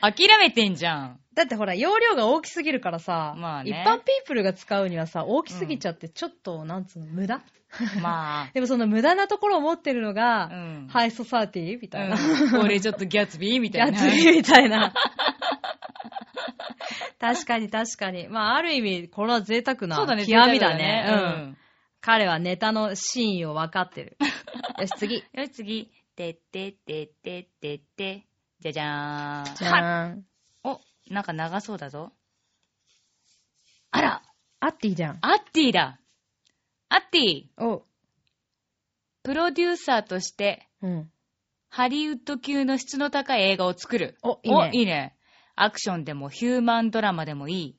Speaker 1: 諦めてんじゃ ん。
Speaker 2: だってほら、容量が大きすぎるからさ、
Speaker 1: まあね
Speaker 2: 一般ピープルが使うにはさ、大きすぎちゃって、ちょっと、なんつうの、無駄
Speaker 1: ま
Speaker 2: でもその無駄なところを持ってるの
Speaker 1: あ。う
Speaker 2: が、
Speaker 1: ん。
Speaker 2: ハイソサーティみたいな。
Speaker 1: うん俺ちょっとギャツビーみたいな。
Speaker 2: やつみたいな。確かに確かに。まあ、ある意味、これは贅沢な
Speaker 1: そうだね、
Speaker 2: 極みだね。うん。彼はネタの真意を分かってる。よし、次。
Speaker 1: うん。よし、次。てってってってってって。じゃじゃーん。
Speaker 2: じゃーん。
Speaker 1: お、なんか長そうだぞ。あら、
Speaker 2: アッティじゃん。
Speaker 1: アッティだ。アッティ、
Speaker 2: お
Speaker 1: プロデューサーとして、
Speaker 2: うん。
Speaker 1: ハリウッド級の質の高い映画を作る。
Speaker 2: お、いいね。
Speaker 1: いいね。アクションでもヒューマンドラマでもいい。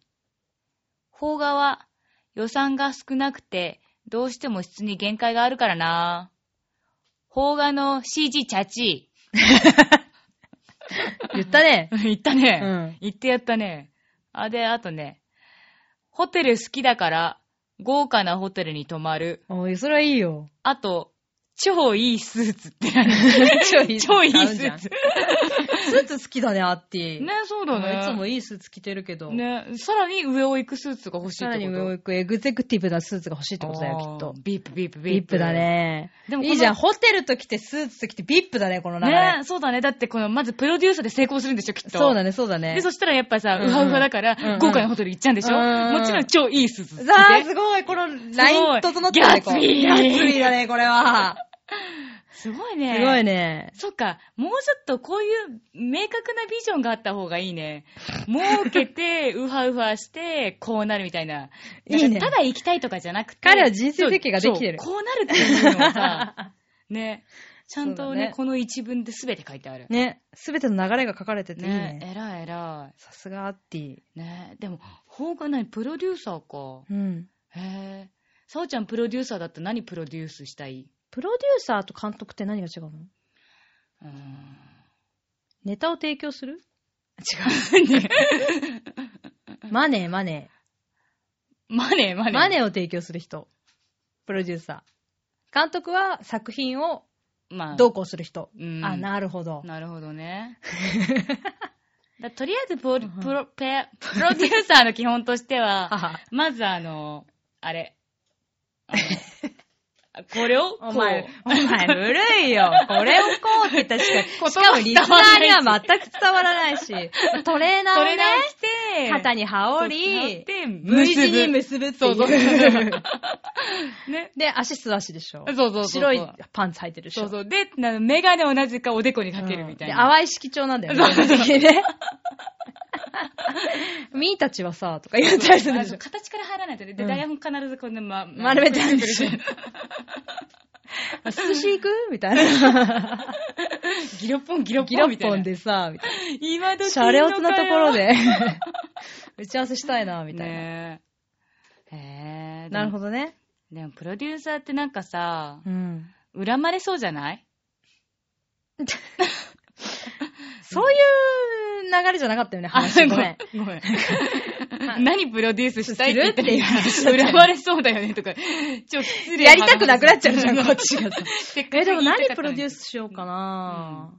Speaker 1: 邦画は予算が少なくて、どうしても質に限界があるからな。邦画の CG チャチ
Speaker 2: 言ったね。
Speaker 1: ー。言った
Speaker 2: う
Speaker 1: ね。
Speaker 2: ん。
Speaker 1: 言ってやったね。あ、で、あとね、ホテル好きだから、豪華なホテルに泊まる。
Speaker 2: おい、それはいいよ。
Speaker 1: あと、超いいスーツって何
Speaker 2: 超い
Speaker 1: 超いい
Speaker 2: 合う
Speaker 1: ス
Speaker 2: じゃ
Speaker 1: ー
Speaker 2: ん
Speaker 1: ツ。ね、
Speaker 2: スーツ好きだね、アッティ。
Speaker 1: そう
Speaker 2: う
Speaker 1: だ
Speaker 2: ん
Speaker 1: ね。
Speaker 2: いつもいいスーツ着てるけど。
Speaker 1: ね、さらに上を行くスーツが欲しいってこと
Speaker 2: さらに上を行くエグゼクティブなスーツが欲しいってことだよ、きっと
Speaker 1: あ。ービップ、ビップ、ビップ。
Speaker 2: ビップだ。ね。
Speaker 1: でもこの
Speaker 2: いいじゃん。ホテルと来てスーツと来てビップだね、この流れ。
Speaker 1: ねそうだね。だって、この、まずプロデューサーで成功するんでしょ、きっと。
Speaker 2: そうだ
Speaker 1: ね。
Speaker 2: ね、そうだね
Speaker 1: で、。そしたらやっぱさ、
Speaker 2: うんうん
Speaker 1: ウハウハだから
Speaker 2: うんうん、
Speaker 1: 豪華なホテル行っちゃうんでしょ
Speaker 2: うんうん
Speaker 1: もちろん超いいスーツ着て。
Speaker 2: さあ、すごい、このライン整ってるね、
Speaker 1: す
Speaker 2: こ
Speaker 1: ご
Speaker 2: う。
Speaker 1: いギャ
Speaker 2: ギ
Speaker 1: ツビー
Speaker 2: ャツビーだね、これは。
Speaker 1: すごい
Speaker 2: す
Speaker 1: ね。
Speaker 2: ごい。 ね。
Speaker 1: そっか、もうちょっとこういう明確なビジョンがあった方がいいね。儲け て、ウハウハして、こうなるみたいな。
Speaker 2: いいね
Speaker 1: なんかただ行きたいとかじゃなくて。
Speaker 2: 彼は人生設計ができてる
Speaker 1: そうそうこうなるっていうのをさ、ね。ちゃん
Speaker 2: そ
Speaker 1: と
Speaker 2: うだ
Speaker 1: ね、
Speaker 2: ね
Speaker 1: この一文で全て書いてある。
Speaker 2: ね、すべての流れが書かれてていい
Speaker 1: ね
Speaker 2: ね。
Speaker 1: えらいえら
Speaker 2: さすがアッティ。
Speaker 1: い。ねでも、邦画何プロデューサーか。
Speaker 2: うん。
Speaker 1: へえ。さおちゃんプロデューサーだったら何プロデュースしたい
Speaker 2: プロデューサーと監督って何が違うの
Speaker 1: うーん。
Speaker 2: ネタを提供する
Speaker 1: 違うね。
Speaker 2: マネー、マネ
Speaker 1: マネー、マネ
Speaker 2: ー。
Speaker 1: ー。
Speaker 2: マネーを提供する人。プロデューサー。監督は作品を
Speaker 1: まあ、
Speaker 2: どうこうする人。
Speaker 1: うん
Speaker 2: あ、なるほど。
Speaker 1: なるほど ね。だとりあえずプロプロペ、プロデューサーの基本としては、
Speaker 2: はは
Speaker 1: まずあの、あれ。あのこれをこう
Speaker 2: お前、お前古いよ。これをこう って言ったらしか、
Speaker 1: 言葉
Speaker 2: しかも
Speaker 1: が
Speaker 2: リ
Speaker 1: 伝
Speaker 2: ス
Speaker 1: わ
Speaker 2: ナ
Speaker 1: らない
Speaker 2: ーには全く伝わらないし、トレーナー
Speaker 1: そ
Speaker 2: を
Speaker 1: れ
Speaker 2: ね
Speaker 1: が、来て、
Speaker 2: 肩に羽織り、
Speaker 1: 無
Speaker 2: V
Speaker 1: 事
Speaker 2: 字に
Speaker 1: に結
Speaker 2: 結ぶって
Speaker 1: そうそう
Speaker 2: いう。
Speaker 1: ね。
Speaker 2: で、足素足でしょ。
Speaker 1: そうそうそうそう
Speaker 2: 白いパンツ履いてるでしょ。
Speaker 1: そうそう。で、なメガネ同じかおでこにかけるみたい
Speaker 2: うん
Speaker 1: な。
Speaker 2: で、淡い色調なんだよね。基本的に ね。ミーたちはさ、とか言ったりするでし
Speaker 1: あ
Speaker 2: ょ
Speaker 1: の。形から入らないとね。で、
Speaker 2: うん
Speaker 1: 台本必ずこんなま、
Speaker 2: 丸めてあるでしょ。寿司行くみたいな。
Speaker 1: ギロッポン、ギロッ
Speaker 2: ギ
Speaker 1: ポ
Speaker 2: ロ
Speaker 1: ンみ
Speaker 2: ッ
Speaker 1: たい
Speaker 2: ポ
Speaker 1: な。
Speaker 2: ンでさ、みたい な。
Speaker 1: 今時
Speaker 2: シャレオツなところ
Speaker 1: ね
Speaker 2: で、 打ち合わせしたいな、みたいな。
Speaker 1: ねえ。へえ。
Speaker 2: なるほ
Speaker 1: ど。
Speaker 2: どね。
Speaker 1: でも、プロデューサーってなんかさ
Speaker 2: う、ん。
Speaker 1: 恨まれそうじゃない
Speaker 2: そういう流れじゃなかったよね、話。ごめん。。
Speaker 1: ごめ ん。何プロデュースしたいって言った
Speaker 2: するっていう話だっ
Speaker 1: ら
Speaker 2: たよ
Speaker 1: 恨まれそうだよねとか、ちょ、失礼。
Speaker 2: やりたくなくなっちゃうじゃん、こっちが。
Speaker 1: え、
Speaker 2: え、でも何プロデュー
Speaker 1: ス
Speaker 2: スしようかな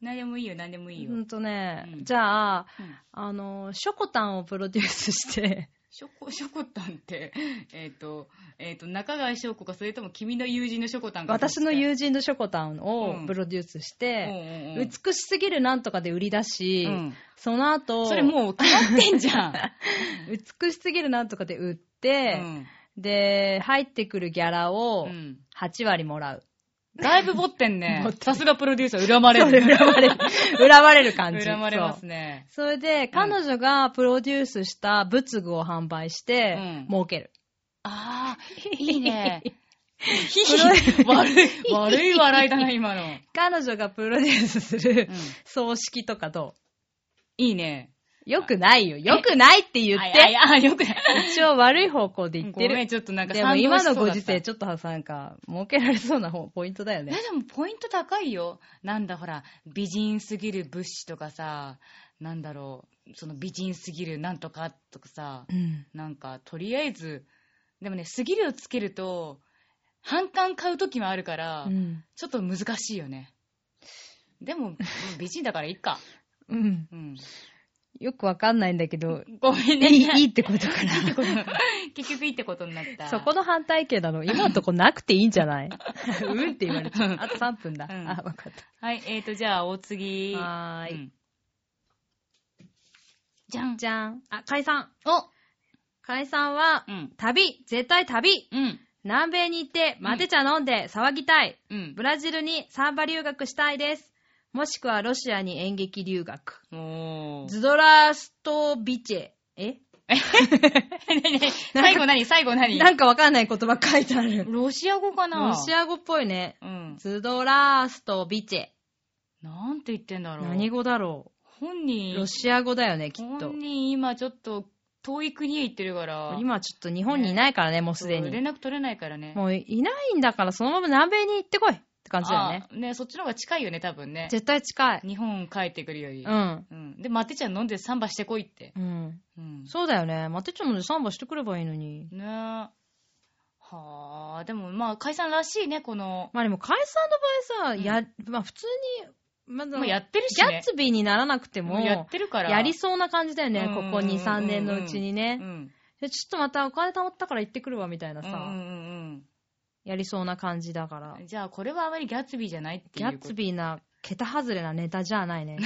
Speaker 1: 何でもいいよ、何でもいいよ。
Speaker 2: ほんとね
Speaker 1: う。ん
Speaker 2: じゃあ、
Speaker 1: うん
Speaker 2: あの、ショコタンをプロデュースして、
Speaker 1: ショコ、ショコタンって、 えっ、と、えっ、と、中川翔子か、それとも君の友人のショコタンか。
Speaker 2: 私の友人のショコタン
Speaker 1: う
Speaker 2: を
Speaker 1: ん
Speaker 2: プロデュースし
Speaker 1: うん
Speaker 2: て、
Speaker 1: うんうん
Speaker 2: 美しすぎるなんとかで売り出し、
Speaker 1: うん
Speaker 2: その後、
Speaker 1: それもう決まってんじゃん。
Speaker 2: 美しすぎるなんとかで売って、
Speaker 1: うん
Speaker 2: で、入ってくるギャラを
Speaker 1: うん
Speaker 2: 8割もらう。
Speaker 1: だいぶ持ってんね
Speaker 2: 持って。る
Speaker 1: さすがプロデューサー、恨まれ
Speaker 2: それ
Speaker 1: る。
Speaker 2: 恨まれる。 恨まれる感じ。
Speaker 1: 恨まれますね。
Speaker 2: そうそれで、彼女がプロデュースした仏具を販売して、
Speaker 1: うん
Speaker 2: 儲ける。
Speaker 1: ああ、いいね。
Speaker 2: ひ
Speaker 1: 悪い、悪い笑い だな、今の。
Speaker 2: 彼女がプロデュースする
Speaker 1: うん
Speaker 2: 葬式とかど
Speaker 1: いいね。
Speaker 2: うよくないよ。よくないって言っ
Speaker 1: あい
Speaker 2: て、
Speaker 1: や、あよくない。
Speaker 2: 一応悪い方向で言っ
Speaker 1: ご
Speaker 2: てる
Speaker 1: めん、。ちょっとなんか
Speaker 2: でも今のご時
Speaker 1: ちょ
Speaker 2: 世、ちょっとなんか、儲けられそうな方ポイントだよ
Speaker 1: っ
Speaker 2: ね。
Speaker 1: でもポイント高いよ。なんだほら、美人すぎる物資とかさ、なんだろう、その美人すぎるなんとかとかさ、
Speaker 2: うん。
Speaker 1: なんか、とりあえず、でもね、すぎるをつけると、反感買う時もあるから、
Speaker 2: うん。
Speaker 1: ちょっと難しいよね。でも、美人だからいいか。
Speaker 2: うん。
Speaker 1: うん。
Speaker 2: よくわかんないんだけど、
Speaker 1: ごめん
Speaker 2: い
Speaker 1: ね。
Speaker 2: い、い いってことか
Speaker 1: いいってこと 結局いいってことになった。
Speaker 2: な。そこの反対形なの。今のとこなくていいんじゃない うんって言われちゃう。あと3分だ。
Speaker 1: うん
Speaker 2: あ、わかった。
Speaker 1: はい、えーと、じゃあ、大次。
Speaker 2: はーい
Speaker 1: うんじゃん。
Speaker 2: じゃん。あ、解散。
Speaker 1: お
Speaker 2: 解散は、
Speaker 1: うん。
Speaker 2: 旅絶対旅
Speaker 1: うん。
Speaker 2: 南米に行って、マテ茶飲んで騒ぎたい、
Speaker 1: うん
Speaker 2: ブ。ラジルにサンバ留学したいです。もしくはロシアに演劇留学。
Speaker 1: お ー。
Speaker 2: ズドラストビチェ。え
Speaker 1: 最後何最後何
Speaker 2: なんかわかんない言葉書いてある。
Speaker 1: ロシア語かな
Speaker 2: ロシア語っぽいね。
Speaker 1: うん。
Speaker 2: ズドラーストビチェ。
Speaker 1: なんて言ってんだろう。
Speaker 2: 何語だろ
Speaker 1: 本
Speaker 2: う
Speaker 1: 人、
Speaker 2: ロシア語だよね、きっと
Speaker 1: 本。人今ちょっと遠い国へ行ってるから。
Speaker 2: 今ちょっと日本にいないからね、もうすで
Speaker 1: そう連
Speaker 2: に。
Speaker 1: 絡取れないからね。
Speaker 2: もういないんだから、そのまま南米に行ってこいって感じだよね。
Speaker 1: あ。ね、そっちの方が近いよね、多分ね。
Speaker 2: 絶対近い。
Speaker 1: 日本帰ってくるより。
Speaker 2: うん。
Speaker 1: うん。で、マテちゃん飲んでサンバしてこいって。
Speaker 2: うん。
Speaker 1: うん。
Speaker 2: そうだよね。マテチョもでサンバしてくればいいのに。
Speaker 1: ねえ。はあ、でもまあ、解散らしいね、この。
Speaker 2: まあでも、解散の場合さ、
Speaker 1: うん
Speaker 2: や、まあ普通に、まだ、
Speaker 1: もうやってるし
Speaker 2: ギャ
Speaker 1: ね
Speaker 2: ッ。ツビーにならなくて
Speaker 1: もう
Speaker 2: も、
Speaker 1: やってるから。
Speaker 2: やりそうな感じだよ
Speaker 1: う
Speaker 2: ね
Speaker 1: ん、
Speaker 2: こ
Speaker 1: うんうん
Speaker 2: こ
Speaker 1: うんうん
Speaker 2: 2、3年のうちに
Speaker 1: う
Speaker 2: ね。
Speaker 1: ん。
Speaker 2: でちょっとまたお金貯まったから行ってくるわみたいな
Speaker 1: う
Speaker 2: さ、
Speaker 1: んうん
Speaker 2: やりそうな感じだから
Speaker 1: う。ん。じゃあ、これはあまりギャッツビーじゃないってい
Speaker 2: ギ
Speaker 1: う
Speaker 2: ャ
Speaker 1: こと。
Speaker 2: ッツビーな、桁外れなネタじ ゃないね。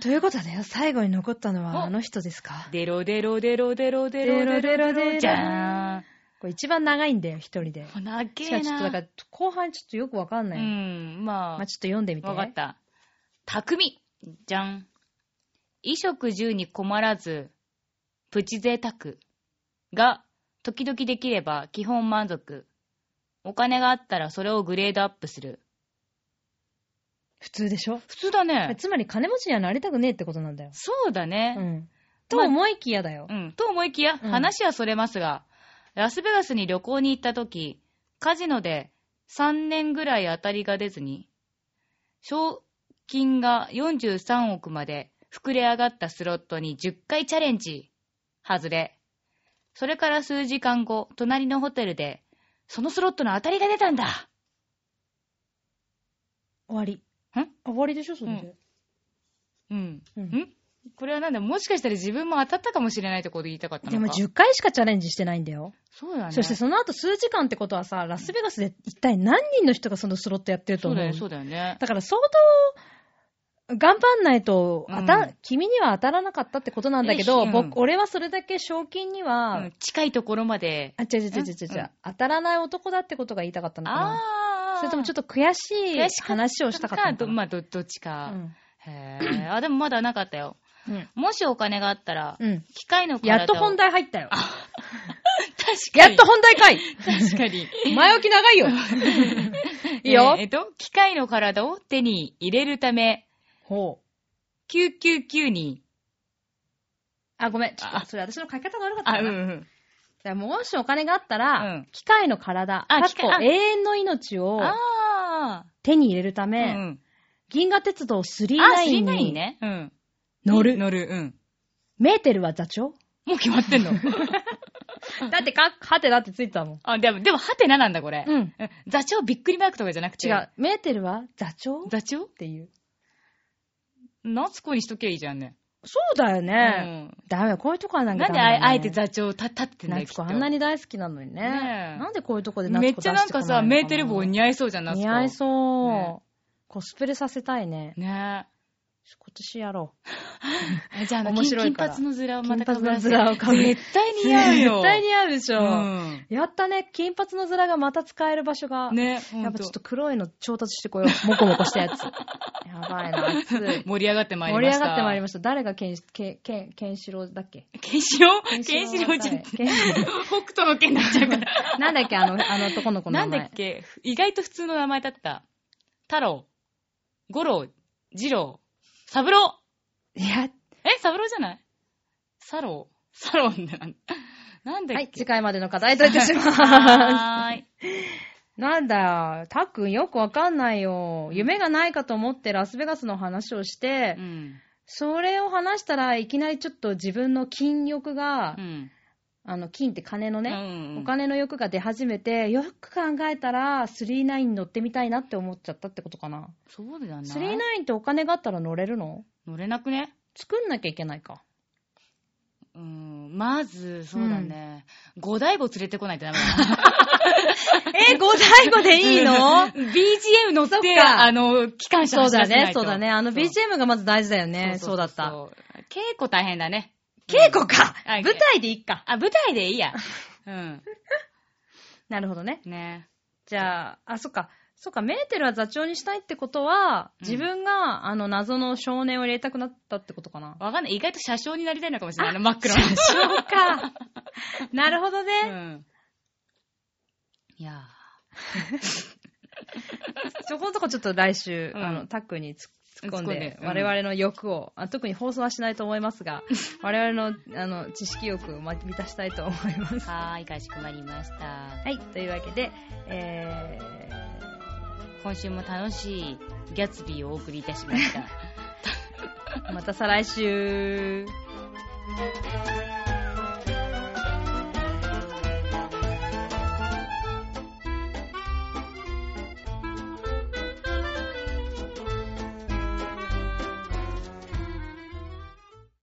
Speaker 2: ということで、最後に残ったの
Speaker 1: お
Speaker 2: はあの人ですか。
Speaker 1: デロデロデロデロデロデロデロデロじゃーん。
Speaker 2: これ一番長いんだよ、一人で。
Speaker 1: ほなけ
Speaker 2: し
Speaker 1: え
Speaker 2: か
Speaker 1: な。
Speaker 2: もちょっとだから、後半ちょっとよくわかん
Speaker 1: う
Speaker 2: ない。
Speaker 1: ん、まあ。
Speaker 2: まあちょっと読んでみて。
Speaker 1: わかった。匠じゃん。衣食住に困らず、プチ贅沢が時々できれば基本満足。お金があったらそれをグレードアップする。
Speaker 2: 普通でしょ
Speaker 1: 普通だね。
Speaker 2: つまり金持ちにはなりたくねえってことなんだよ。
Speaker 1: そうだ
Speaker 2: う
Speaker 1: ね。
Speaker 2: ん。と思いきやだよ
Speaker 1: う。ん。と思いきや、
Speaker 2: うん
Speaker 1: 話はそれますが、ラスベガスに旅行に行った時、カジノで3年ぐらい当たりが出ずに、賞金が43億まで膨れ上がったスロットに10回チャレンジ、外れ。それから数時間後、隣のホテルで、そのスロットの当たりが出たんだ
Speaker 2: 終わり。
Speaker 1: ん
Speaker 2: 終わりでしょそ
Speaker 1: れで。うん。
Speaker 2: うん
Speaker 1: んこれはなんだ、もしかしたら自分も当たったかもしれないところで言いたかったの
Speaker 2: で
Speaker 1: か。
Speaker 2: も10回しかチャレンジしてないんだよ。
Speaker 1: そうだね。
Speaker 2: そしてその後数時間ってことはさ、ラスベガスで一体何人の人がそのスロットやってる
Speaker 1: そ
Speaker 2: と
Speaker 1: う
Speaker 2: 思
Speaker 1: だ
Speaker 2: う
Speaker 1: よ、そうだよね。
Speaker 2: だから相当、頑張んないと当た、
Speaker 1: うん
Speaker 2: 君には当たらなかったってことなんだけ
Speaker 1: え
Speaker 2: ど、
Speaker 1: しうん
Speaker 2: 僕、俺はそれだけ賞金には、
Speaker 1: うん近いところまで。
Speaker 2: あ、違う違う違う違う違う、
Speaker 1: うん
Speaker 2: 当たらない男だってことが言いたかったのかな。
Speaker 1: ああ。
Speaker 2: それともちょっ
Speaker 1: っ
Speaker 2: と悔し
Speaker 1: 悔
Speaker 2: い
Speaker 1: しかった
Speaker 2: 話をしたかったのかな。
Speaker 1: まあ、どどっちか。
Speaker 2: うん
Speaker 1: へえ。あ、でもまだなかったよ。
Speaker 2: うん
Speaker 1: もしお金があったら、
Speaker 2: うん
Speaker 1: 機械の体を
Speaker 2: やっと本題入ったよ。
Speaker 1: 確か
Speaker 2: や
Speaker 1: に。
Speaker 2: っと本題かい
Speaker 1: 確かに。
Speaker 2: 前置き長いよ。 いいよ
Speaker 1: えーえっと、機械の体を手に入れるため、
Speaker 2: ほう。
Speaker 1: 999に、
Speaker 2: あ、ごめん。ちょっ
Speaker 1: あ
Speaker 2: と、それ私の書き方が悪かった
Speaker 1: あ、
Speaker 2: か
Speaker 1: うん
Speaker 2: な。
Speaker 1: うん。
Speaker 2: じゃあもしお金があったら、
Speaker 1: うん
Speaker 2: 機械の体、
Speaker 1: あ
Speaker 2: かっ
Speaker 1: 機
Speaker 2: こ
Speaker 1: 械あ
Speaker 2: 永遠の命を
Speaker 1: あ
Speaker 2: 手に入れるた
Speaker 1: あ。
Speaker 2: め、
Speaker 1: うん
Speaker 2: 銀河鉄道
Speaker 1: うん。あ、
Speaker 2: 39
Speaker 1: 39
Speaker 2: に
Speaker 1: ね。うん。
Speaker 2: 乗る。
Speaker 1: 乗る、うん。
Speaker 2: メーテルは座長
Speaker 1: もう決まって んの
Speaker 2: だってか、はてだってついてたもん。
Speaker 1: あ、でも、でも、ハテナなんだ、これ。
Speaker 2: うん。
Speaker 1: うん座長びっくりマークとかじゃなくて。
Speaker 2: 違う。。メーテルは座長っ
Speaker 1: 座長
Speaker 2: ていう。
Speaker 1: 夏子にしときゃいいじゃんね。
Speaker 2: そうだよ
Speaker 1: う
Speaker 2: ね。
Speaker 1: ん。
Speaker 2: ダメだ、こういうとこはなんか
Speaker 1: な
Speaker 2: ダ
Speaker 1: ん
Speaker 2: メ
Speaker 1: で
Speaker 2: だね、
Speaker 1: ああえて座長を立立ってんだよ、
Speaker 2: 夏子あんな
Speaker 1: に。
Speaker 2: に大好きなのにね。
Speaker 1: ねえ
Speaker 2: なんでこういうとこで
Speaker 1: め
Speaker 2: 夏
Speaker 1: っ
Speaker 2: 子
Speaker 1: ちゃなんかさ、メーテル帽
Speaker 2: に
Speaker 1: 似合いそうじゃん、夏子。
Speaker 2: 似合いそう。
Speaker 1: ね
Speaker 2: コスプレさせたいね。
Speaker 1: ね
Speaker 2: 今年やろう。
Speaker 1: え。じゃあ、あの、
Speaker 2: 面
Speaker 1: 金
Speaker 2: 白い
Speaker 1: 金
Speaker 2: から
Speaker 1: 髪のズラをまた
Speaker 2: 金
Speaker 1: 被
Speaker 2: 髪の
Speaker 1: らせ
Speaker 2: ズ
Speaker 1: て。
Speaker 2: ラを被る
Speaker 1: 絶対似合うよ。
Speaker 2: 絶対似合うでしょ。
Speaker 1: うん
Speaker 2: やったね。金髪のズラがまた使える場所が。
Speaker 1: ね、
Speaker 2: や
Speaker 1: ほ
Speaker 2: っ
Speaker 1: ん
Speaker 2: ぱちょっ
Speaker 1: と
Speaker 2: と黒いの調達してこよう。もこもこしたや つ。やばいな、熱い。
Speaker 1: 盛り上がってまい
Speaker 2: 盛
Speaker 1: りま
Speaker 2: り上
Speaker 1: した。
Speaker 2: がってまいり
Speaker 1: ま
Speaker 2: ました。誰がケン、ケン、ケン、ケンシロウだっけ
Speaker 1: ケンシロウ
Speaker 2: ケ
Speaker 1: ケ
Speaker 2: ン
Speaker 1: ン
Speaker 2: シロ
Speaker 1: シロウ
Speaker 2: ウ
Speaker 1: じゃなくて
Speaker 2: ケンシロ
Speaker 1: 北斗の剣になっちゃう から。
Speaker 2: なんだっけあの、あの男の子の
Speaker 1: な
Speaker 2: 名
Speaker 1: ん
Speaker 2: 前。
Speaker 1: だっけ意外と普通の名前だった。太郎、五郎、二郎、三郎。
Speaker 2: いや、
Speaker 1: え、三郎じゃないサロー。サロンだなんなんだ
Speaker 2: は
Speaker 1: っ
Speaker 2: い、
Speaker 1: け
Speaker 2: 次回までの課題とい たします。
Speaker 1: はーい。
Speaker 2: なんだよ、たっくんよくわかんないよ。夢がないかと思ってラスベガスの話をし て、
Speaker 1: うん。
Speaker 2: それを話したらいきなりちょっと自分の金欲が、
Speaker 1: うん。
Speaker 2: あの、金って金の
Speaker 1: うん
Speaker 2: ね、
Speaker 1: うん
Speaker 2: お金の欲が出始めて、よく考えたら、39に乗ってみたいなって思っちゃったってことかな。
Speaker 1: そうだよな。
Speaker 2: 39ってお金があったら乗れるの
Speaker 1: 乗れなくね
Speaker 2: 作んなきゃいけないか。
Speaker 1: うん。まず、そうだね。五大悟連れてこないとダメだな。
Speaker 2: え、5最後で いい の
Speaker 1: BGM 乗っ、
Speaker 2: そってか
Speaker 1: あの、機関車
Speaker 2: そう
Speaker 1: 走
Speaker 2: だ
Speaker 1: らせな
Speaker 2: ね、
Speaker 1: いと
Speaker 2: そうだね。あの
Speaker 1: そう
Speaker 2: BGM がまず大事だよね。そうだった。。
Speaker 1: 稽古大変だね。
Speaker 2: 稽古か
Speaker 1: うんはい
Speaker 2: 舞台でいいか
Speaker 1: あ、舞台でいい や。うん。
Speaker 2: なるほどね。
Speaker 1: ね。
Speaker 2: じゃあ、あ、そっか。そっか、メーテルは座長にしたいってことは、
Speaker 1: うん
Speaker 2: 自分が、あの、謎の少年を入れたくなったってことか な。
Speaker 1: わかんない。意外と車掌になりたいのかもしれないね。真っ黒な。
Speaker 2: そうか。 なるほど
Speaker 1: う
Speaker 2: ね。
Speaker 1: ん。いや
Speaker 2: そこのとこちょっと来週、
Speaker 1: うん
Speaker 2: あの、タックにつ突っ込
Speaker 1: 突っ込
Speaker 2: ん
Speaker 1: ん
Speaker 2: で
Speaker 1: で、うん
Speaker 2: 我々の欲を、あ特に放送はしないと思いま すが、我々の、あの、知識欲をま満たしたいと思いま
Speaker 1: ー
Speaker 2: す。
Speaker 1: はーい、かしこまりました。
Speaker 2: はい、というわけで、え
Speaker 1: 今週も楽しいギャツビーをお送りいたしました。
Speaker 2: ー、また再来週。